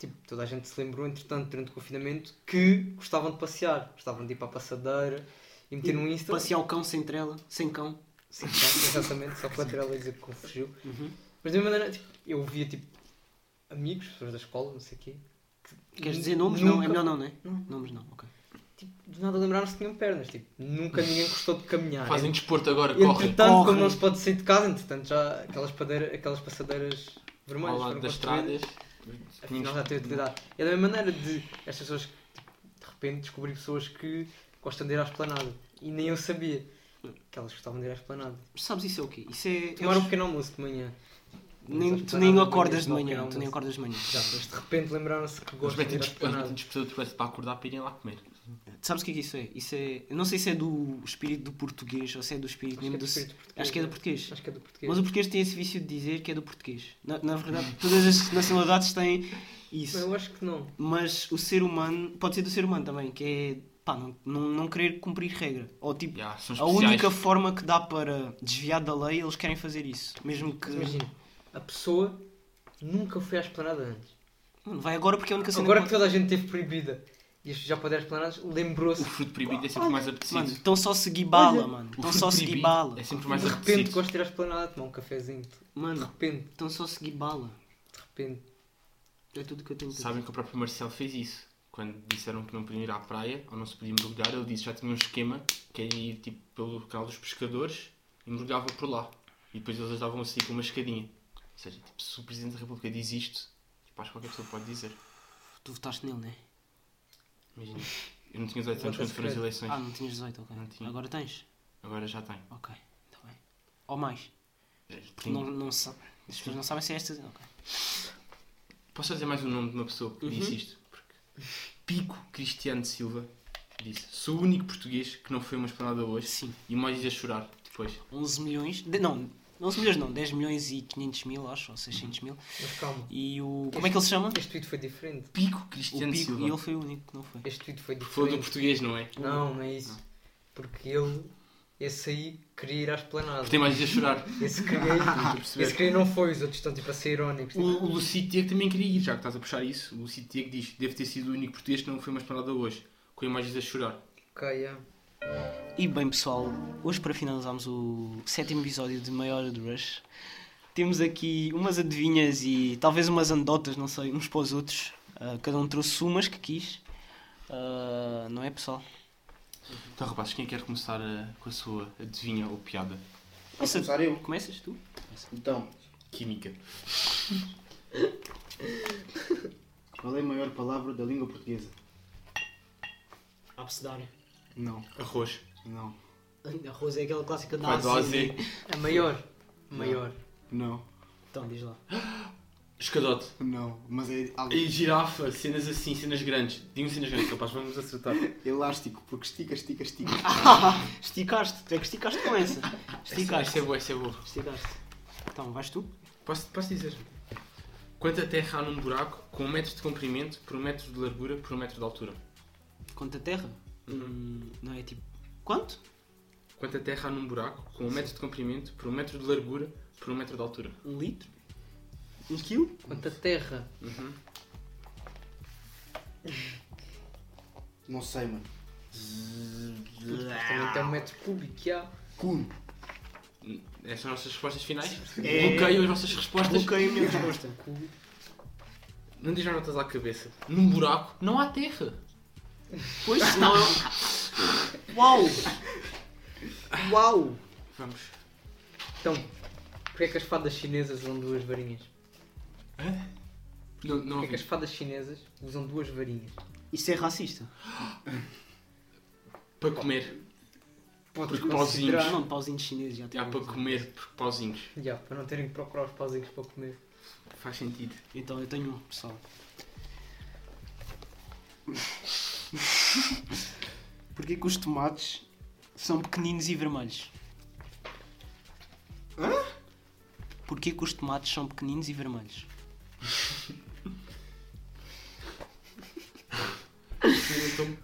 Speaker 4: Tipo, toda a gente se lembrou, entretanto, durante o confinamento, que gostavam de passear. Gostavam de ir para a passadeira e meter no
Speaker 3: é-
Speaker 4: Insta.
Speaker 1: Passear o cão sem trela, sem cão.
Speaker 4: Sim, tá, exatamente, só para ter ela a dizer que confugiu.
Speaker 1: Uhum.
Speaker 4: Mas de uma maneira, tipo, eu via tipo amigos, pessoas da escola, não sei o quê. que
Speaker 1: Queres dizer nomes? Não, é melhor não, né? Nomes não, ok.
Speaker 4: Tipo, de nada lembraram-se que tinham pernas. Tipo, nunca ninguém gostou de caminhar.
Speaker 1: É.
Speaker 3: Fazem desporto agora, correm.
Speaker 4: Entretanto,
Speaker 1: correm.
Speaker 4: como não se pode sair de casa, entretanto já aquelas, padeira, aquelas passadeiras vermelhas
Speaker 3: Ao lado
Speaker 4: foram
Speaker 3: das
Speaker 4: construídas,
Speaker 3: estradas.
Speaker 4: Afinal já tem utilidade. É da mesma maneira de estas pessoas, tipo, de repente, descobrir pessoas que gostam de ir à esplanada. E nem eu sabia que elas gostavam de ir à esplanada.
Speaker 1: Sabes isso é o quê? Isso é.
Speaker 4: Tomar um pequeno almoço de manhã.
Speaker 1: nem, tu nem acordas de
Speaker 4: Tomar um
Speaker 1: manhã.
Speaker 4: pequeno
Speaker 1: Tu nem
Speaker 4: almoço.
Speaker 1: acordas de manhã.
Speaker 4: Já, mas de repente lembraram-se que
Speaker 3: Eles
Speaker 4: gostam de
Speaker 3: metem
Speaker 4: ir
Speaker 3: despe-
Speaker 4: à
Speaker 3: eles metem
Speaker 4: esplanada.
Speaker 3: despertador de coisa para acordar para irem lá comer.
Speaker 1: Sabes o que é que isso é? Isso é. Eu não sei se é do espírito do português ou se é do espírito
Speaker 4: Acho que é
Speaker 1: mesmo
Speaker 4: do
Speaker 1: do.
Speaker 4: espírito português,
Speaker 1: Acho que é do
Speaker 4: é.
Speaker 1: português.
Speaker 4: Acho que é do português.
Speaker 1: Mas o português tem esse vício de dizer que é do português. Na, na verdade, todas as nacionalidades têm
Speaker 4: Não,
Speaker 1: é isso.
Speaker 4: eu acho que não.
Speaker 1: Mas o ser humano, pode ser do ser humano também, que é pá, não, não, não querer cumprir regra. Ou tipo,
Speaker 3: Yeah, são
Speaker 1: a
Speaker 3: especiais.
Speaker 1: única forma que dá para desviar da lei, eles querem fazer isso. Mesmo que.
Speaker 4: Mas imagina, a pessoa nunca foi à esplanada antes.
Speaker 1: Mano, vai agora porque é a única cena
Speaker 4: Agora que
Speaker 1: que.
Speaker 4: toda a gente teve proibida e as já para esplanadas, lembrou-se
Speaker 3: O fruto proibido é sempre mais apetecido.
Speaker 1: Mano, estão só a seguir bala,
Speaker 4: Olha,
Speaker 1: mano.
Speaker 3: O
Speaker 1: Estão
Speaker 3: fruto
Speaker 1: Então só a seguir
Speaker 3: proibido
Speaker 1: bala.
Speaker 3: É sempre mais
Speaker 4: de repente
Speaker 3: apetecido.
Speaker 4: gosto de ir à esplanada, tomar um cafezinho. De
Speaker 1: Mano,
Speaker 4: repente,
Speaker 1: estão só a seguir bala.
Speaker 4: de repente.
Speaker 1: É tudo que eu tenho que dizer.
Speaker 3: Sabem que o próprio Marcelo fez isso. Quando disseram que não podiam ir à praia ou não se podiam mergulhar, ele disse que já tinha um esquema que era ir tipo, pelo canal dos pescadores e mergulhava por lá. E depois eles davam assim com uma escadinha. Ou seja, tipo, se o Presidente da República diz isto, tipo, acho que qualquer pessoa pode dizer.
Speaker 1: Tu votaste nele, né?
Speaker 3: Imagina. Eu não tinha 18 anos quando
Speaker 4: Vota
Speaker 3: foram as
Speaker 4: secreto.
Speaker 3: eleições.
Speaker 1: Ah, não tinhas 18, ok.
Speaker 3: Não tinha.
Speaker 1: Agora tens?
Speaker 3: Agora já tenho.
Speaker 1: Ok, está bem. Ou mais. Porque
Speaker 3: Tenho-
Speaker 1: não, não se sabe. As pessoas não sabem se é esta. Ok.
Speaker 3: Posso dizer mais um nome de uma pessoa que
Speaker 1: Uhum.
Speaker 3: disse isto? Porque Pico Cristiano Silva disse: Sou o único português que não foi uma esplanada hoje.
Speaker 1: Sim.
Speaker 3: E mais a chorar depois.
Speaker 1: 11 milhões. de- não, 11 milhões não. 10 milhões e 500 mil, acho, ou 600
Speaker 3: Uhum.
Speaker 1: mil.
Speaker 4: Mas calma,
Speaker 1: E o. Como é que ele se chama?
Speaker 4: este tweet foi diferente.
Speaker 3: Pico
Speaker 1: O
Speaker 3: Cristiano
Speaker 1: Pico.
Speaker 3: Silva.
Speaker 1: E ele foi o único que não foi.
Speaker 4: Este tweet foi
Speaker 3: Falou do
Speaker 4: diferente.
Speaker 3: português, não é?
Speaker 4: Não, não é isso. Porque ele, esse aí, queria ir à esplanada.
Speaker 3: Tem mais a chorar.
Speaker 4: Esse queria
Speaker 3: Estou a
Speaker 4: ir.
Speaker 3: perceber.
Speaker 4: Esse queria não foi, os outros estão tipo a ser irónicos.
Speaker 3: O, o Lucido Diego também queria ir, já que estás a puxar isso. O Lucido Diego diz: Deve ter sido o único português que não foi uma esplanada hoje. Com imagens a chorar.
Speaker 4: Ok, yeah.
Speaker 1: E bem, pessoal, hoje para finalizarmos o sétimo episódio de Meia Hora de Rush, temos aqui umas adivinhas e talvez umas anedotas, não sei, uns para os outros. Ah, cada um trouxe umas que quis. Ah, não é, pessoal?
Speaker 3: Então, rapazes, quem quer começar ah, com a sua adivinha ou piada?
Speaker 1: Começa-
Speaker 2: começar eu.
Speaker 1: Começas tu?
Speaker 2: Então,
Speaker 3: Química.
Speaker 2: qual é a maior palavra da língua portuguesa?
Speaker 1: Abcedário.
Speaker 2: Não,
Speaker 3: Arroz.
Speaker 2: não,
Speaker 1: Arroz é aquela clássica da
Speaker 3: Vai do AZ.
Speaker 4: A maior. A maior.
Speaker 2: não,
Speaker 1: Então, diz lá.
Speaker 3: Escadote.
Speaker 2: não. Mas é algo
Speaker 3: E girafa, cenas assim, cenas grandes. Digo cenas grandes, rapaz, vamos *laughs* acertar.
Speaker 2: elástico, porque estica, estica,
Speaker 1: *laughs*
Speaker 2: estica.
Speaker 1: Esticaste, tu é que esticaste com essa.
Speaker 3: Essa
Speaker 1: Esticaste.
Speaker 3: é boa, essa é boa.
Speaker 1: Esticaste. Então, vais tu?
Speaker 3: Posso, posso dizer? Quanta terra há num buraco com um metro de comprimento, por um metro de largura, por um metro de altura?
Speaker 1: Conta terra? Hum, não é tipo. Quanto?
Speaker 3: Quanta terra há num buraco com um metro de comprimento, por um metro de largura, por um metro de altura?
Speaker 1: Um litro? Um quilo?
Speaker 4: Quanta terra.
Speaker 3: Uhum.
Speaker 2: Não sei, mano.
Speaker 4: Também tem um metro cúbico que há.
Speaker 2: Cuno.
Speaker 3: Essas são as nossas respostas finais?
Speaker 4: É.
Speaker 3: Bloqueio as vossas respostas.
Speaker 1: Bloqueio a minha resposta.
Speaker 3: Não diz notas à cabeça. Num buraco não há terra.
Speaker 1: Pois, é senão eu... Uau! um- Uau!
Speaker 3: Vamos.
Speaker 4: Então, porquê é que as fadas chinesas usam duas varinhas?
Speaker 3: Não, não
Speaker 4: Porquê é que as
Speaker 3: ouvi.
Speaker 4: fadas chinesas usam duas varinhas?
Speaker 1: Isso é racista?
Speaker 3: Para comer.
Speaker 4: Podes
Speaker 3: Porque pauzinhos.
Speaker 1: Ah,
Speaker 4: considerar.
Speaker 1: não, pauzinhos chineses já tem.
Speaker 3: Há para comer por pauzinhos.
Speaker 4: Já, para não terem que procurar os pauzinhos para comer.
Speaker 3: Faz sentido.
Speaker 1: Então eu tenho um, pessoal. *laughs* Porquê que os tomates são pequeninos e vermelhos? Hã? Por, porquê que os tomates são pequeninos e vermelhos?
Speaker 3: então,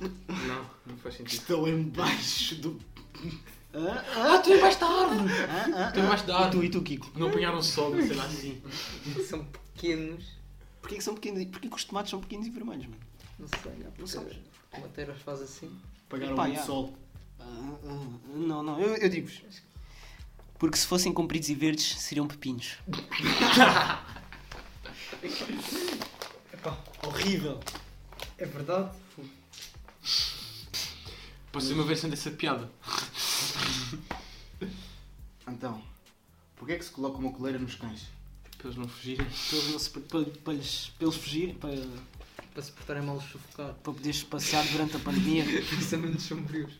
Speaker 3: Não, não faz sentido.
Speaker 2: Estou embaixo do.
Speaker 3: Ah, tu embaixo da árvore!
Speaker 1: Ah, ah,
Speaker 3: Tu embaixo da
Speaker 2: E tu,
Speaker 3: árvore.
Speaker 2: e tu, Kiko?
Speaker 3: Não apanharam sol, sei lá assim.
Speaker 4: São pequenos.
Speaker 1: Porquê que, são pequenos, e- porquê que os tomates são pequenos e vermelhos, mano?
Speaker 4: Não sei, não, porque
Speaker 1: sabes?
Speaker 4: o Mateiros faz assim.
Speaker 2: Pagaram
Speaker 1: Epá,
Speaker 2: muito
Speaker 1: já.
Speaker 2: sol.
Speaker 1: Ah, ah, não, não, eu, eu digo-vos. Porque se fossem compridos e verdes, seriam *laughs* pepinos. horrível.
Speaker 4: É verdade?
Speaker 3: Posso ser uma versão dessa piada.
Speaker 2: Então, porquê é que se coloca uma coleira nos cães?
Speaker 3: Para eles não fugirem.
Speaker 1: Para eles, não se- para, para eles, para eles fugirem, para,
Speaker 4: Para se portarem mal os sufocar.
Speaker 1: para poderes passear durante a pandemia.
Speaker 4: São menos sombrios.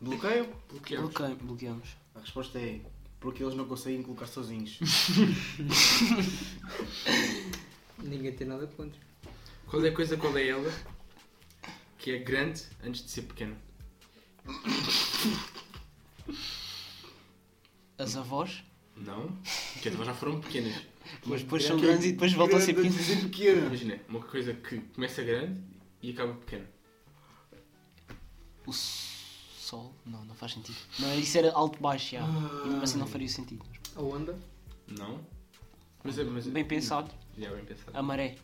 Speaker 2: Bloqueiam?
Speaker 3: Bloqueamos.
Speaker 1: Bloqueamos. bloqueamos.
Speaker 2: A resposta é porque eles não conseguem colocar sozinhos.
Speaker 4: Ninguém tem nada contra.
Speaker 3: Qual é a coisa, qual é ela? Que é grande antes de ser pequena.
Speaker 1: As avós,
Speaker 3: Não? Que as já foram pequenas.
Speaker 1: mas *laughs* depois são grandes e depois voltam a ser
Speaker 2: Grande
Speaker 1: pequenos.
Speaker 2: antes de *laughs* pequena.
Speaker 3: Imagina, uma coisa que começa grande e acaba pequena.
Speaker 1: O sol? Não, não faz sentido. Não, isso era alto-baixo, já. E mesmo assim não faria sentido.
Speaker 4: A onda?
Speaker 3: Não? Mas é. Mas é-
Speaker 1: Bem pensado,
Speaker 3: Já, bem pensado.
Speaker 1: a maré.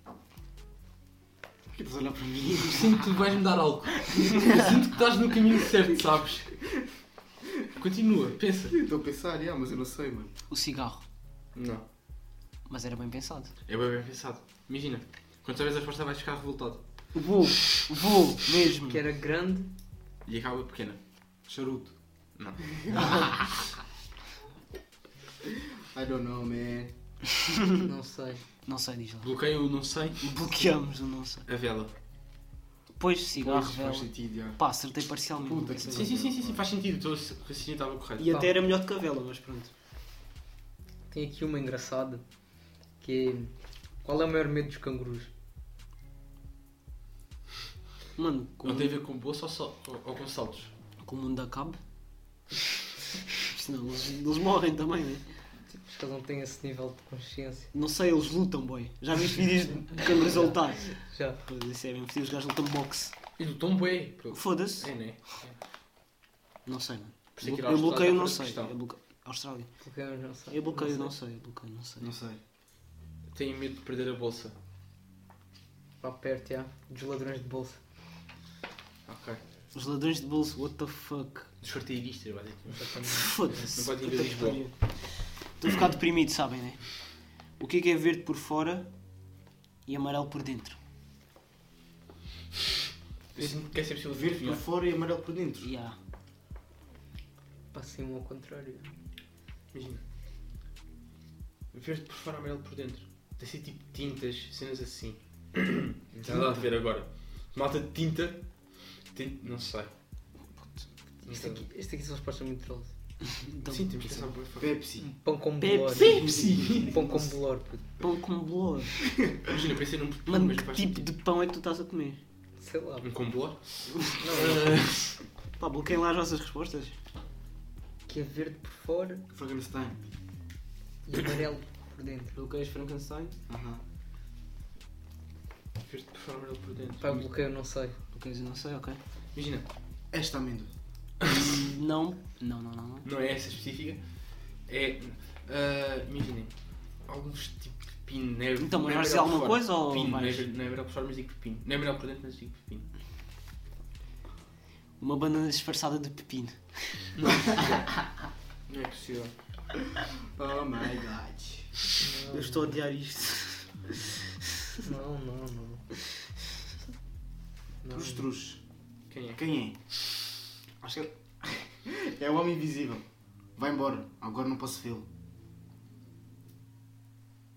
Speaker 2: Por que estás a olhar para mim?
Speaker 3: Eu sinto que vais-me dar algo. Eu sinto que estás no caminho certo, sabes? Continua, pensa.
Speaker 2: Eu Estou a pensar, yeah, mas eu não sei, mano.
Speaker 1: O cigarro.
Speaker 3: Não.
Speaker 1: Mas era bem pensado.
Speaker 3: É bem, bem pensado. Imagina, quando sabes a resposta vais ficar revoltado.
Speaker 1: Vou, vou, mesmo.
Speaker 4: Que era grande.
Speaker 3: E acaba pequena.
Speaker 2: Charuto.
Speaker 3: Não.
Speaker 2: I don't know, man.
Speaker 4: Não sei.
Speaker 1: Não sei, diz lá.
Speaker 3: Bloqueio o não sei,
Speaker 1: Bloqueamos o não sei.
Speaker 3: a vela.
Speaker 1: Depois cigarro,
Speaker 2: Pois, faz
Speaker 1: vela.
Speaker 2: sentido, yeah.
Speaker 1: Pá, acertei parcialmente.
Speaker 2: Puta que
Speaker 3: Sim, sim, sim, sim, sim, faz sentido. O teu raciocínio estava correto.
Speaker 1: E até era melhor do que a vela, mas pronto.
Speaker 4: Tem aqui uma engraçada. Que é... Qual é o maior medo dos cangurus?
Speaker 1: Mano, com
Speaker 3: Não tem a ver com bolsa ou, só- ou- ou com saltos.
Speaker 1: que o mundo acabe. Senão eles, eles morrem também, né?
Speaker 4: Acho que eles não têm esse nível de consciência.
Speaker 1: Não sei, eles lutam, boy. Já viste vídeos de de câmeras a lutar?
Speaker 4: Já.
Speaker 1: Pois isso é bem fedido, os gajos lutam boxe.
Speaker 3: E do tombo é.
Speaker 1: Foda-se.
Speaker 3: É, né?
Speaker 1: Não sei, mano.
Speaker 3: Por isso é que ir à
Speaker 1: eu bloqueio,
Speaker 3: Austrália
Speaker 1: não
Speaker 3: está fora
Speaker 1: sei.
Speaker 3: de questão.
Speaker 1: Eu bloqueio. Austrália.
Speaker 4: Porque eu não sei.
Speaker 1: Eu bloqueio, não sei. Eu bloqueio, não sei.
Speaker 2: Não sei.
Speaker 3: é. Tenho medo de perder a bolsa.
Speaker 4: Lá perto, já. Dos ladrões de bolsa.
Speaker 3: Ok.
Speaker 1: Os ladrões de bolso, what the fuck?
Speaker 3: Dos sorteiristas, é basicamente.
Speaker 1: Foda-se.
Speaker 3: Não pode ir a
Speaker 1: Puta que
Speaker 3: Lisboa.
Speaker 1: pariu. Estou a ficar deprimido, sabem, né? O que é que é verde por fora e amarelo por dentro?
Speaker 3: Eu sinto que é sempre possível
Speaker 2: Verde por
Speaker 3: ver.
Speaker 2: fora e amarelo por dentro.
Speaker 1: Yeah.
Speaker 4: Passei um ao contrário.
Speaker 3: Imagina. Verde por fora, amarelo por dentro. Tem ser tipo tintas, cenas assim. *coughs* Não tem nada a ver agora. Malta de tinta. Tin- Não sei.
Speaker 4: Este aqui, este aqui são respostas muito trolls.
Speaker 1: Então,
Speaker 3: Sim, temos é que pensar bem forte.
Speaker 2: Pepsi.
Speaker 4: Um pão com bolor.
Speaker 1: Pepsi!
Speaker 4: Um pão com bolor, puto.
Speaker 1: Pão com bolor.
Speaker 3: Imagina, pensei num
Speaker 1: Mano,
Speaker 3: mas
Speaker 1: que
Speaker 3: faz
Speaker 1: tipo
Speaker 3: sentido.
Speaker 1: de pão é que tu estás a comer?
Speaker 4: Sei lá.
Speaker 3: Um Ah. combolar? é
Speaker 1: Pá, bloqueiem lá as vossas respostas.
Speaker 4: Que é verde por fora
Speaker 3: um
Speaker 2: Frankenstein.
Speaker 4: e amarelo por dentro.
Speaker 1: Bloqueias Frankenstein?
Speaker 2: Aham.
Speaker 3: Verde por fora, amarelo por
Speaker 4: Pá,
Speaker 3: dentro.
Speaker 4: bloqueio, não sei.
Speaker 1: Bloqueias eu não sei, ok.
Speaker 3: Imagina,
Speaker 2: Esta amêndoa.
Speaker 1: *laughs* Não, não, não, não. não.
Speaker 3: não é essa específica. É. ah, Imaginem. Alguns tipo de pepino. não é-
Speaker 1: Então, mas
Speaker 3: não é
Speaker 1: vais dizer alguma
Speaker 3: amarelo por fora.
Speaker 1: coisa ou
Speaker 3: Pepino, não é
Speaker 1: vais-
Speaker 3: ver- não é amarelo por fora, mas digo pepino. Não é amarelo por dentro, mas digo pepino.
Speaker 1: Uma banana disfarçada de pepino.
Speaker 3: Não é possível.
Speaker 2: Oh *laughs* my god.
Speaker 1: Eu estou a odiar isto.
Speaker 4: Não, não, não. Não.
Speaker 2: Os trus.
Speaker 3: Quem é?
Speaker 2: Quem é? Acho que é. *laughs* É o homem invisível. Vai embora. Agora não posso vê-lo.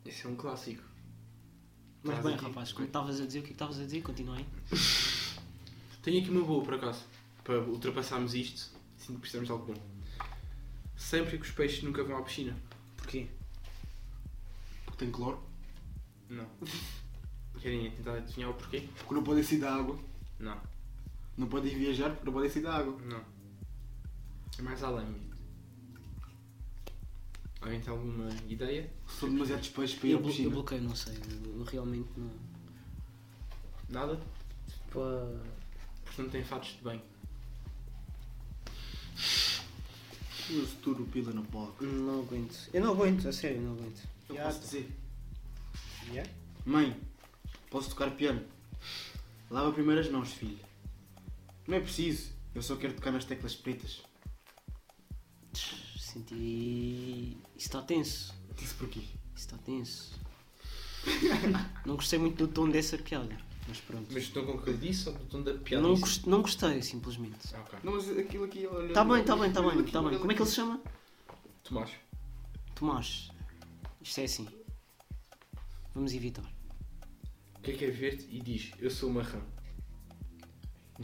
Speaker 3: Esse é um clássico.
Speaker 1: Mas
Speaker 3: Traz
Speaker 1: bem,
Speaker 3: aqui.
Speaker 1: rapaz, como estavas a dizer, o que é que estavas a dizer? Continua aí.
Speaker 3: Tenho aqui uma boa, por acaso. Para ultrapassarmos isto, sinto que precisamos de algo bom. Sempre que os peixes nunca vão à piscina.
Speaker 1: Porquê?
Speaker 2: Porque tem cloro.
Speaker 3: Não. Querem tentar adivinhar o porquê?
Speaker 2: Porque não podem sair da água.
Speaker 3: Não.
Speaker 2: Não podem viajar porque não podem sair da água.
Speaker 3: Não. É mais além. Alguém tem alguma ideia?
Speaker 2: Sou demasiado despejo para ir à
Speaker 1: Eu, blo- eu
Speaker 2: piscina.
Speaker 1: bloqueio, não sei. Eu realmente não.
Speaker 3: Nada?
Speaker 1: Pá.
Speaker 3: Portanto, tem fatos de banho.
Speaker 2: Eu estouro pila na boca.
Speaker 1: Não aguento. Eu não aguento, a sério, eu não aguento.
Speaker 2: Eu
Speaker 1: Yeah.
Speaker 2: posso dizer.
Speaker 1: Yeah?
Speaker 2: Mãe, posso tocar piano? Lava primeiro as mãos, filho. Não é preciso. Eu só quero tocar nas teclas pretas.
Speaker 1: Senti. Isso está tenso.
Speaker 2: Disse porquê?
Speaker 1: Isso está *laughs* tenso. não gostei muito do tom dessa piada. Mas é pronto.
Speaker 3: Mas estão com o que eu disse ou estão da piada?
Speaker 1: não, gost- não gostei, simplesmente.
Speaker 3: Ah, ok.
Speaker 2: Não, mas aquilo aqui, olha... é
Speaker 1: Está Tá bem, está bem, está bem, está bem. Como é que ele se chama?
Speaker 3: Tomás.
Speaker 1: Tomás. Isto é assim. Vamos evitar.
Speaker 3: O que é que é verde e diz? Eu sou uma rã.
Speaker 2: Um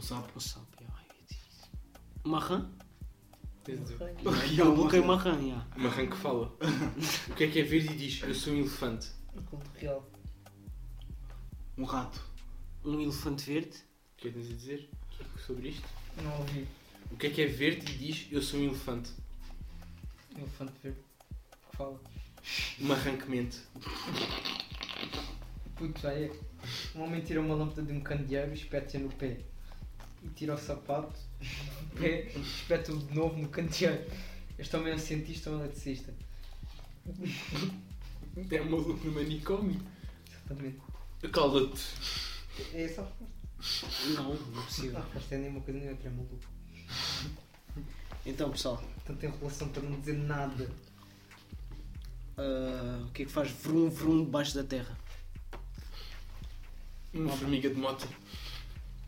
Speaker 1: *laughs*
Speaker 2: sapo.
Speaker 1: O sapo, yeah, ai, eu disse isso. Uma rã?
Speaker 3: Tens de dizer.
Speaker 1: Eu bloqueei é uma rã, yeah.
Speaker 3: Uma rã que fala. O que é que é verde e diz? Eu sou um elefante.
Speaker 4: Um conto real.
Speaker 2: Um rato.
Speaker 1: Um elefante verde.
Speaker 3: O que é que tens a dizer sobre isto?
Speaker 4: Não ouvi.
Speaker 3: O que é que é verde e diz? Eu sou um elefante.
Speaker 4: Um elefante verde. Que fala.
Speaker 3: Uma rã que mente.
Speaker 4: Puto, já é. Um homem tira uma lâmpada de um candeeiro e espeta-a no pé. E tira o sapato *laughs* do pé e espeta-o de novo no candeeiro. Este homem é um cientista ou um eletricista.
Speaker 3: É um maluco no manicômio.
Speaker 4: Exatamente.
Speaker 3: Cala-te.
Speaker 4: É essa a resposta.
Speaker 1: Não, não é possível.
Speaker 4: A resposta é nem uma coisa nem outra, é maluco.
Speaker 1: Então, pessoal.
Speaker 4: Tanta enrolação para não dizer nada.
Speaker 1: ah, o que é que faz vrum vrum debaixo da terra?
Speaker 3: Uma formiga de moto.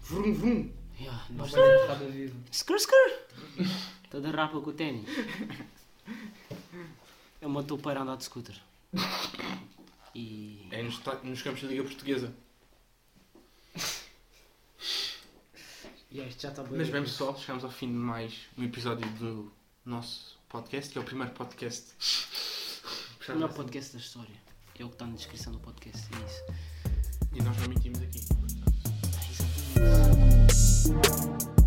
Speaker 2: Vrum, vrum.
Speaker 1: Yeah,
Speaker 4: Não
Speaker 1: debaixo
Speaker 4: vai dar nada vivo.
Speaker 1: Skrr, skrr! Está da rapa com o ténis. É Eu matou para andar de scooter. E.
Speaker 3: É nos, ta- nos campos da Liga Portuguesa.
Speaker 1: Yeah, isto já está bem.
Speaker 3: Mas bem pessoal, chegamos ao fim de mais um episódio do nosso podcast, que é o primeiro podcast.
Speaker 1: O
Speaker 3: assim.
Speaker 1: melhor podcast da história. É o que está na descrição do podcast. É isso.
Speaker 3: E nós não mentimos aqui.
Speaker 1: É exatamente.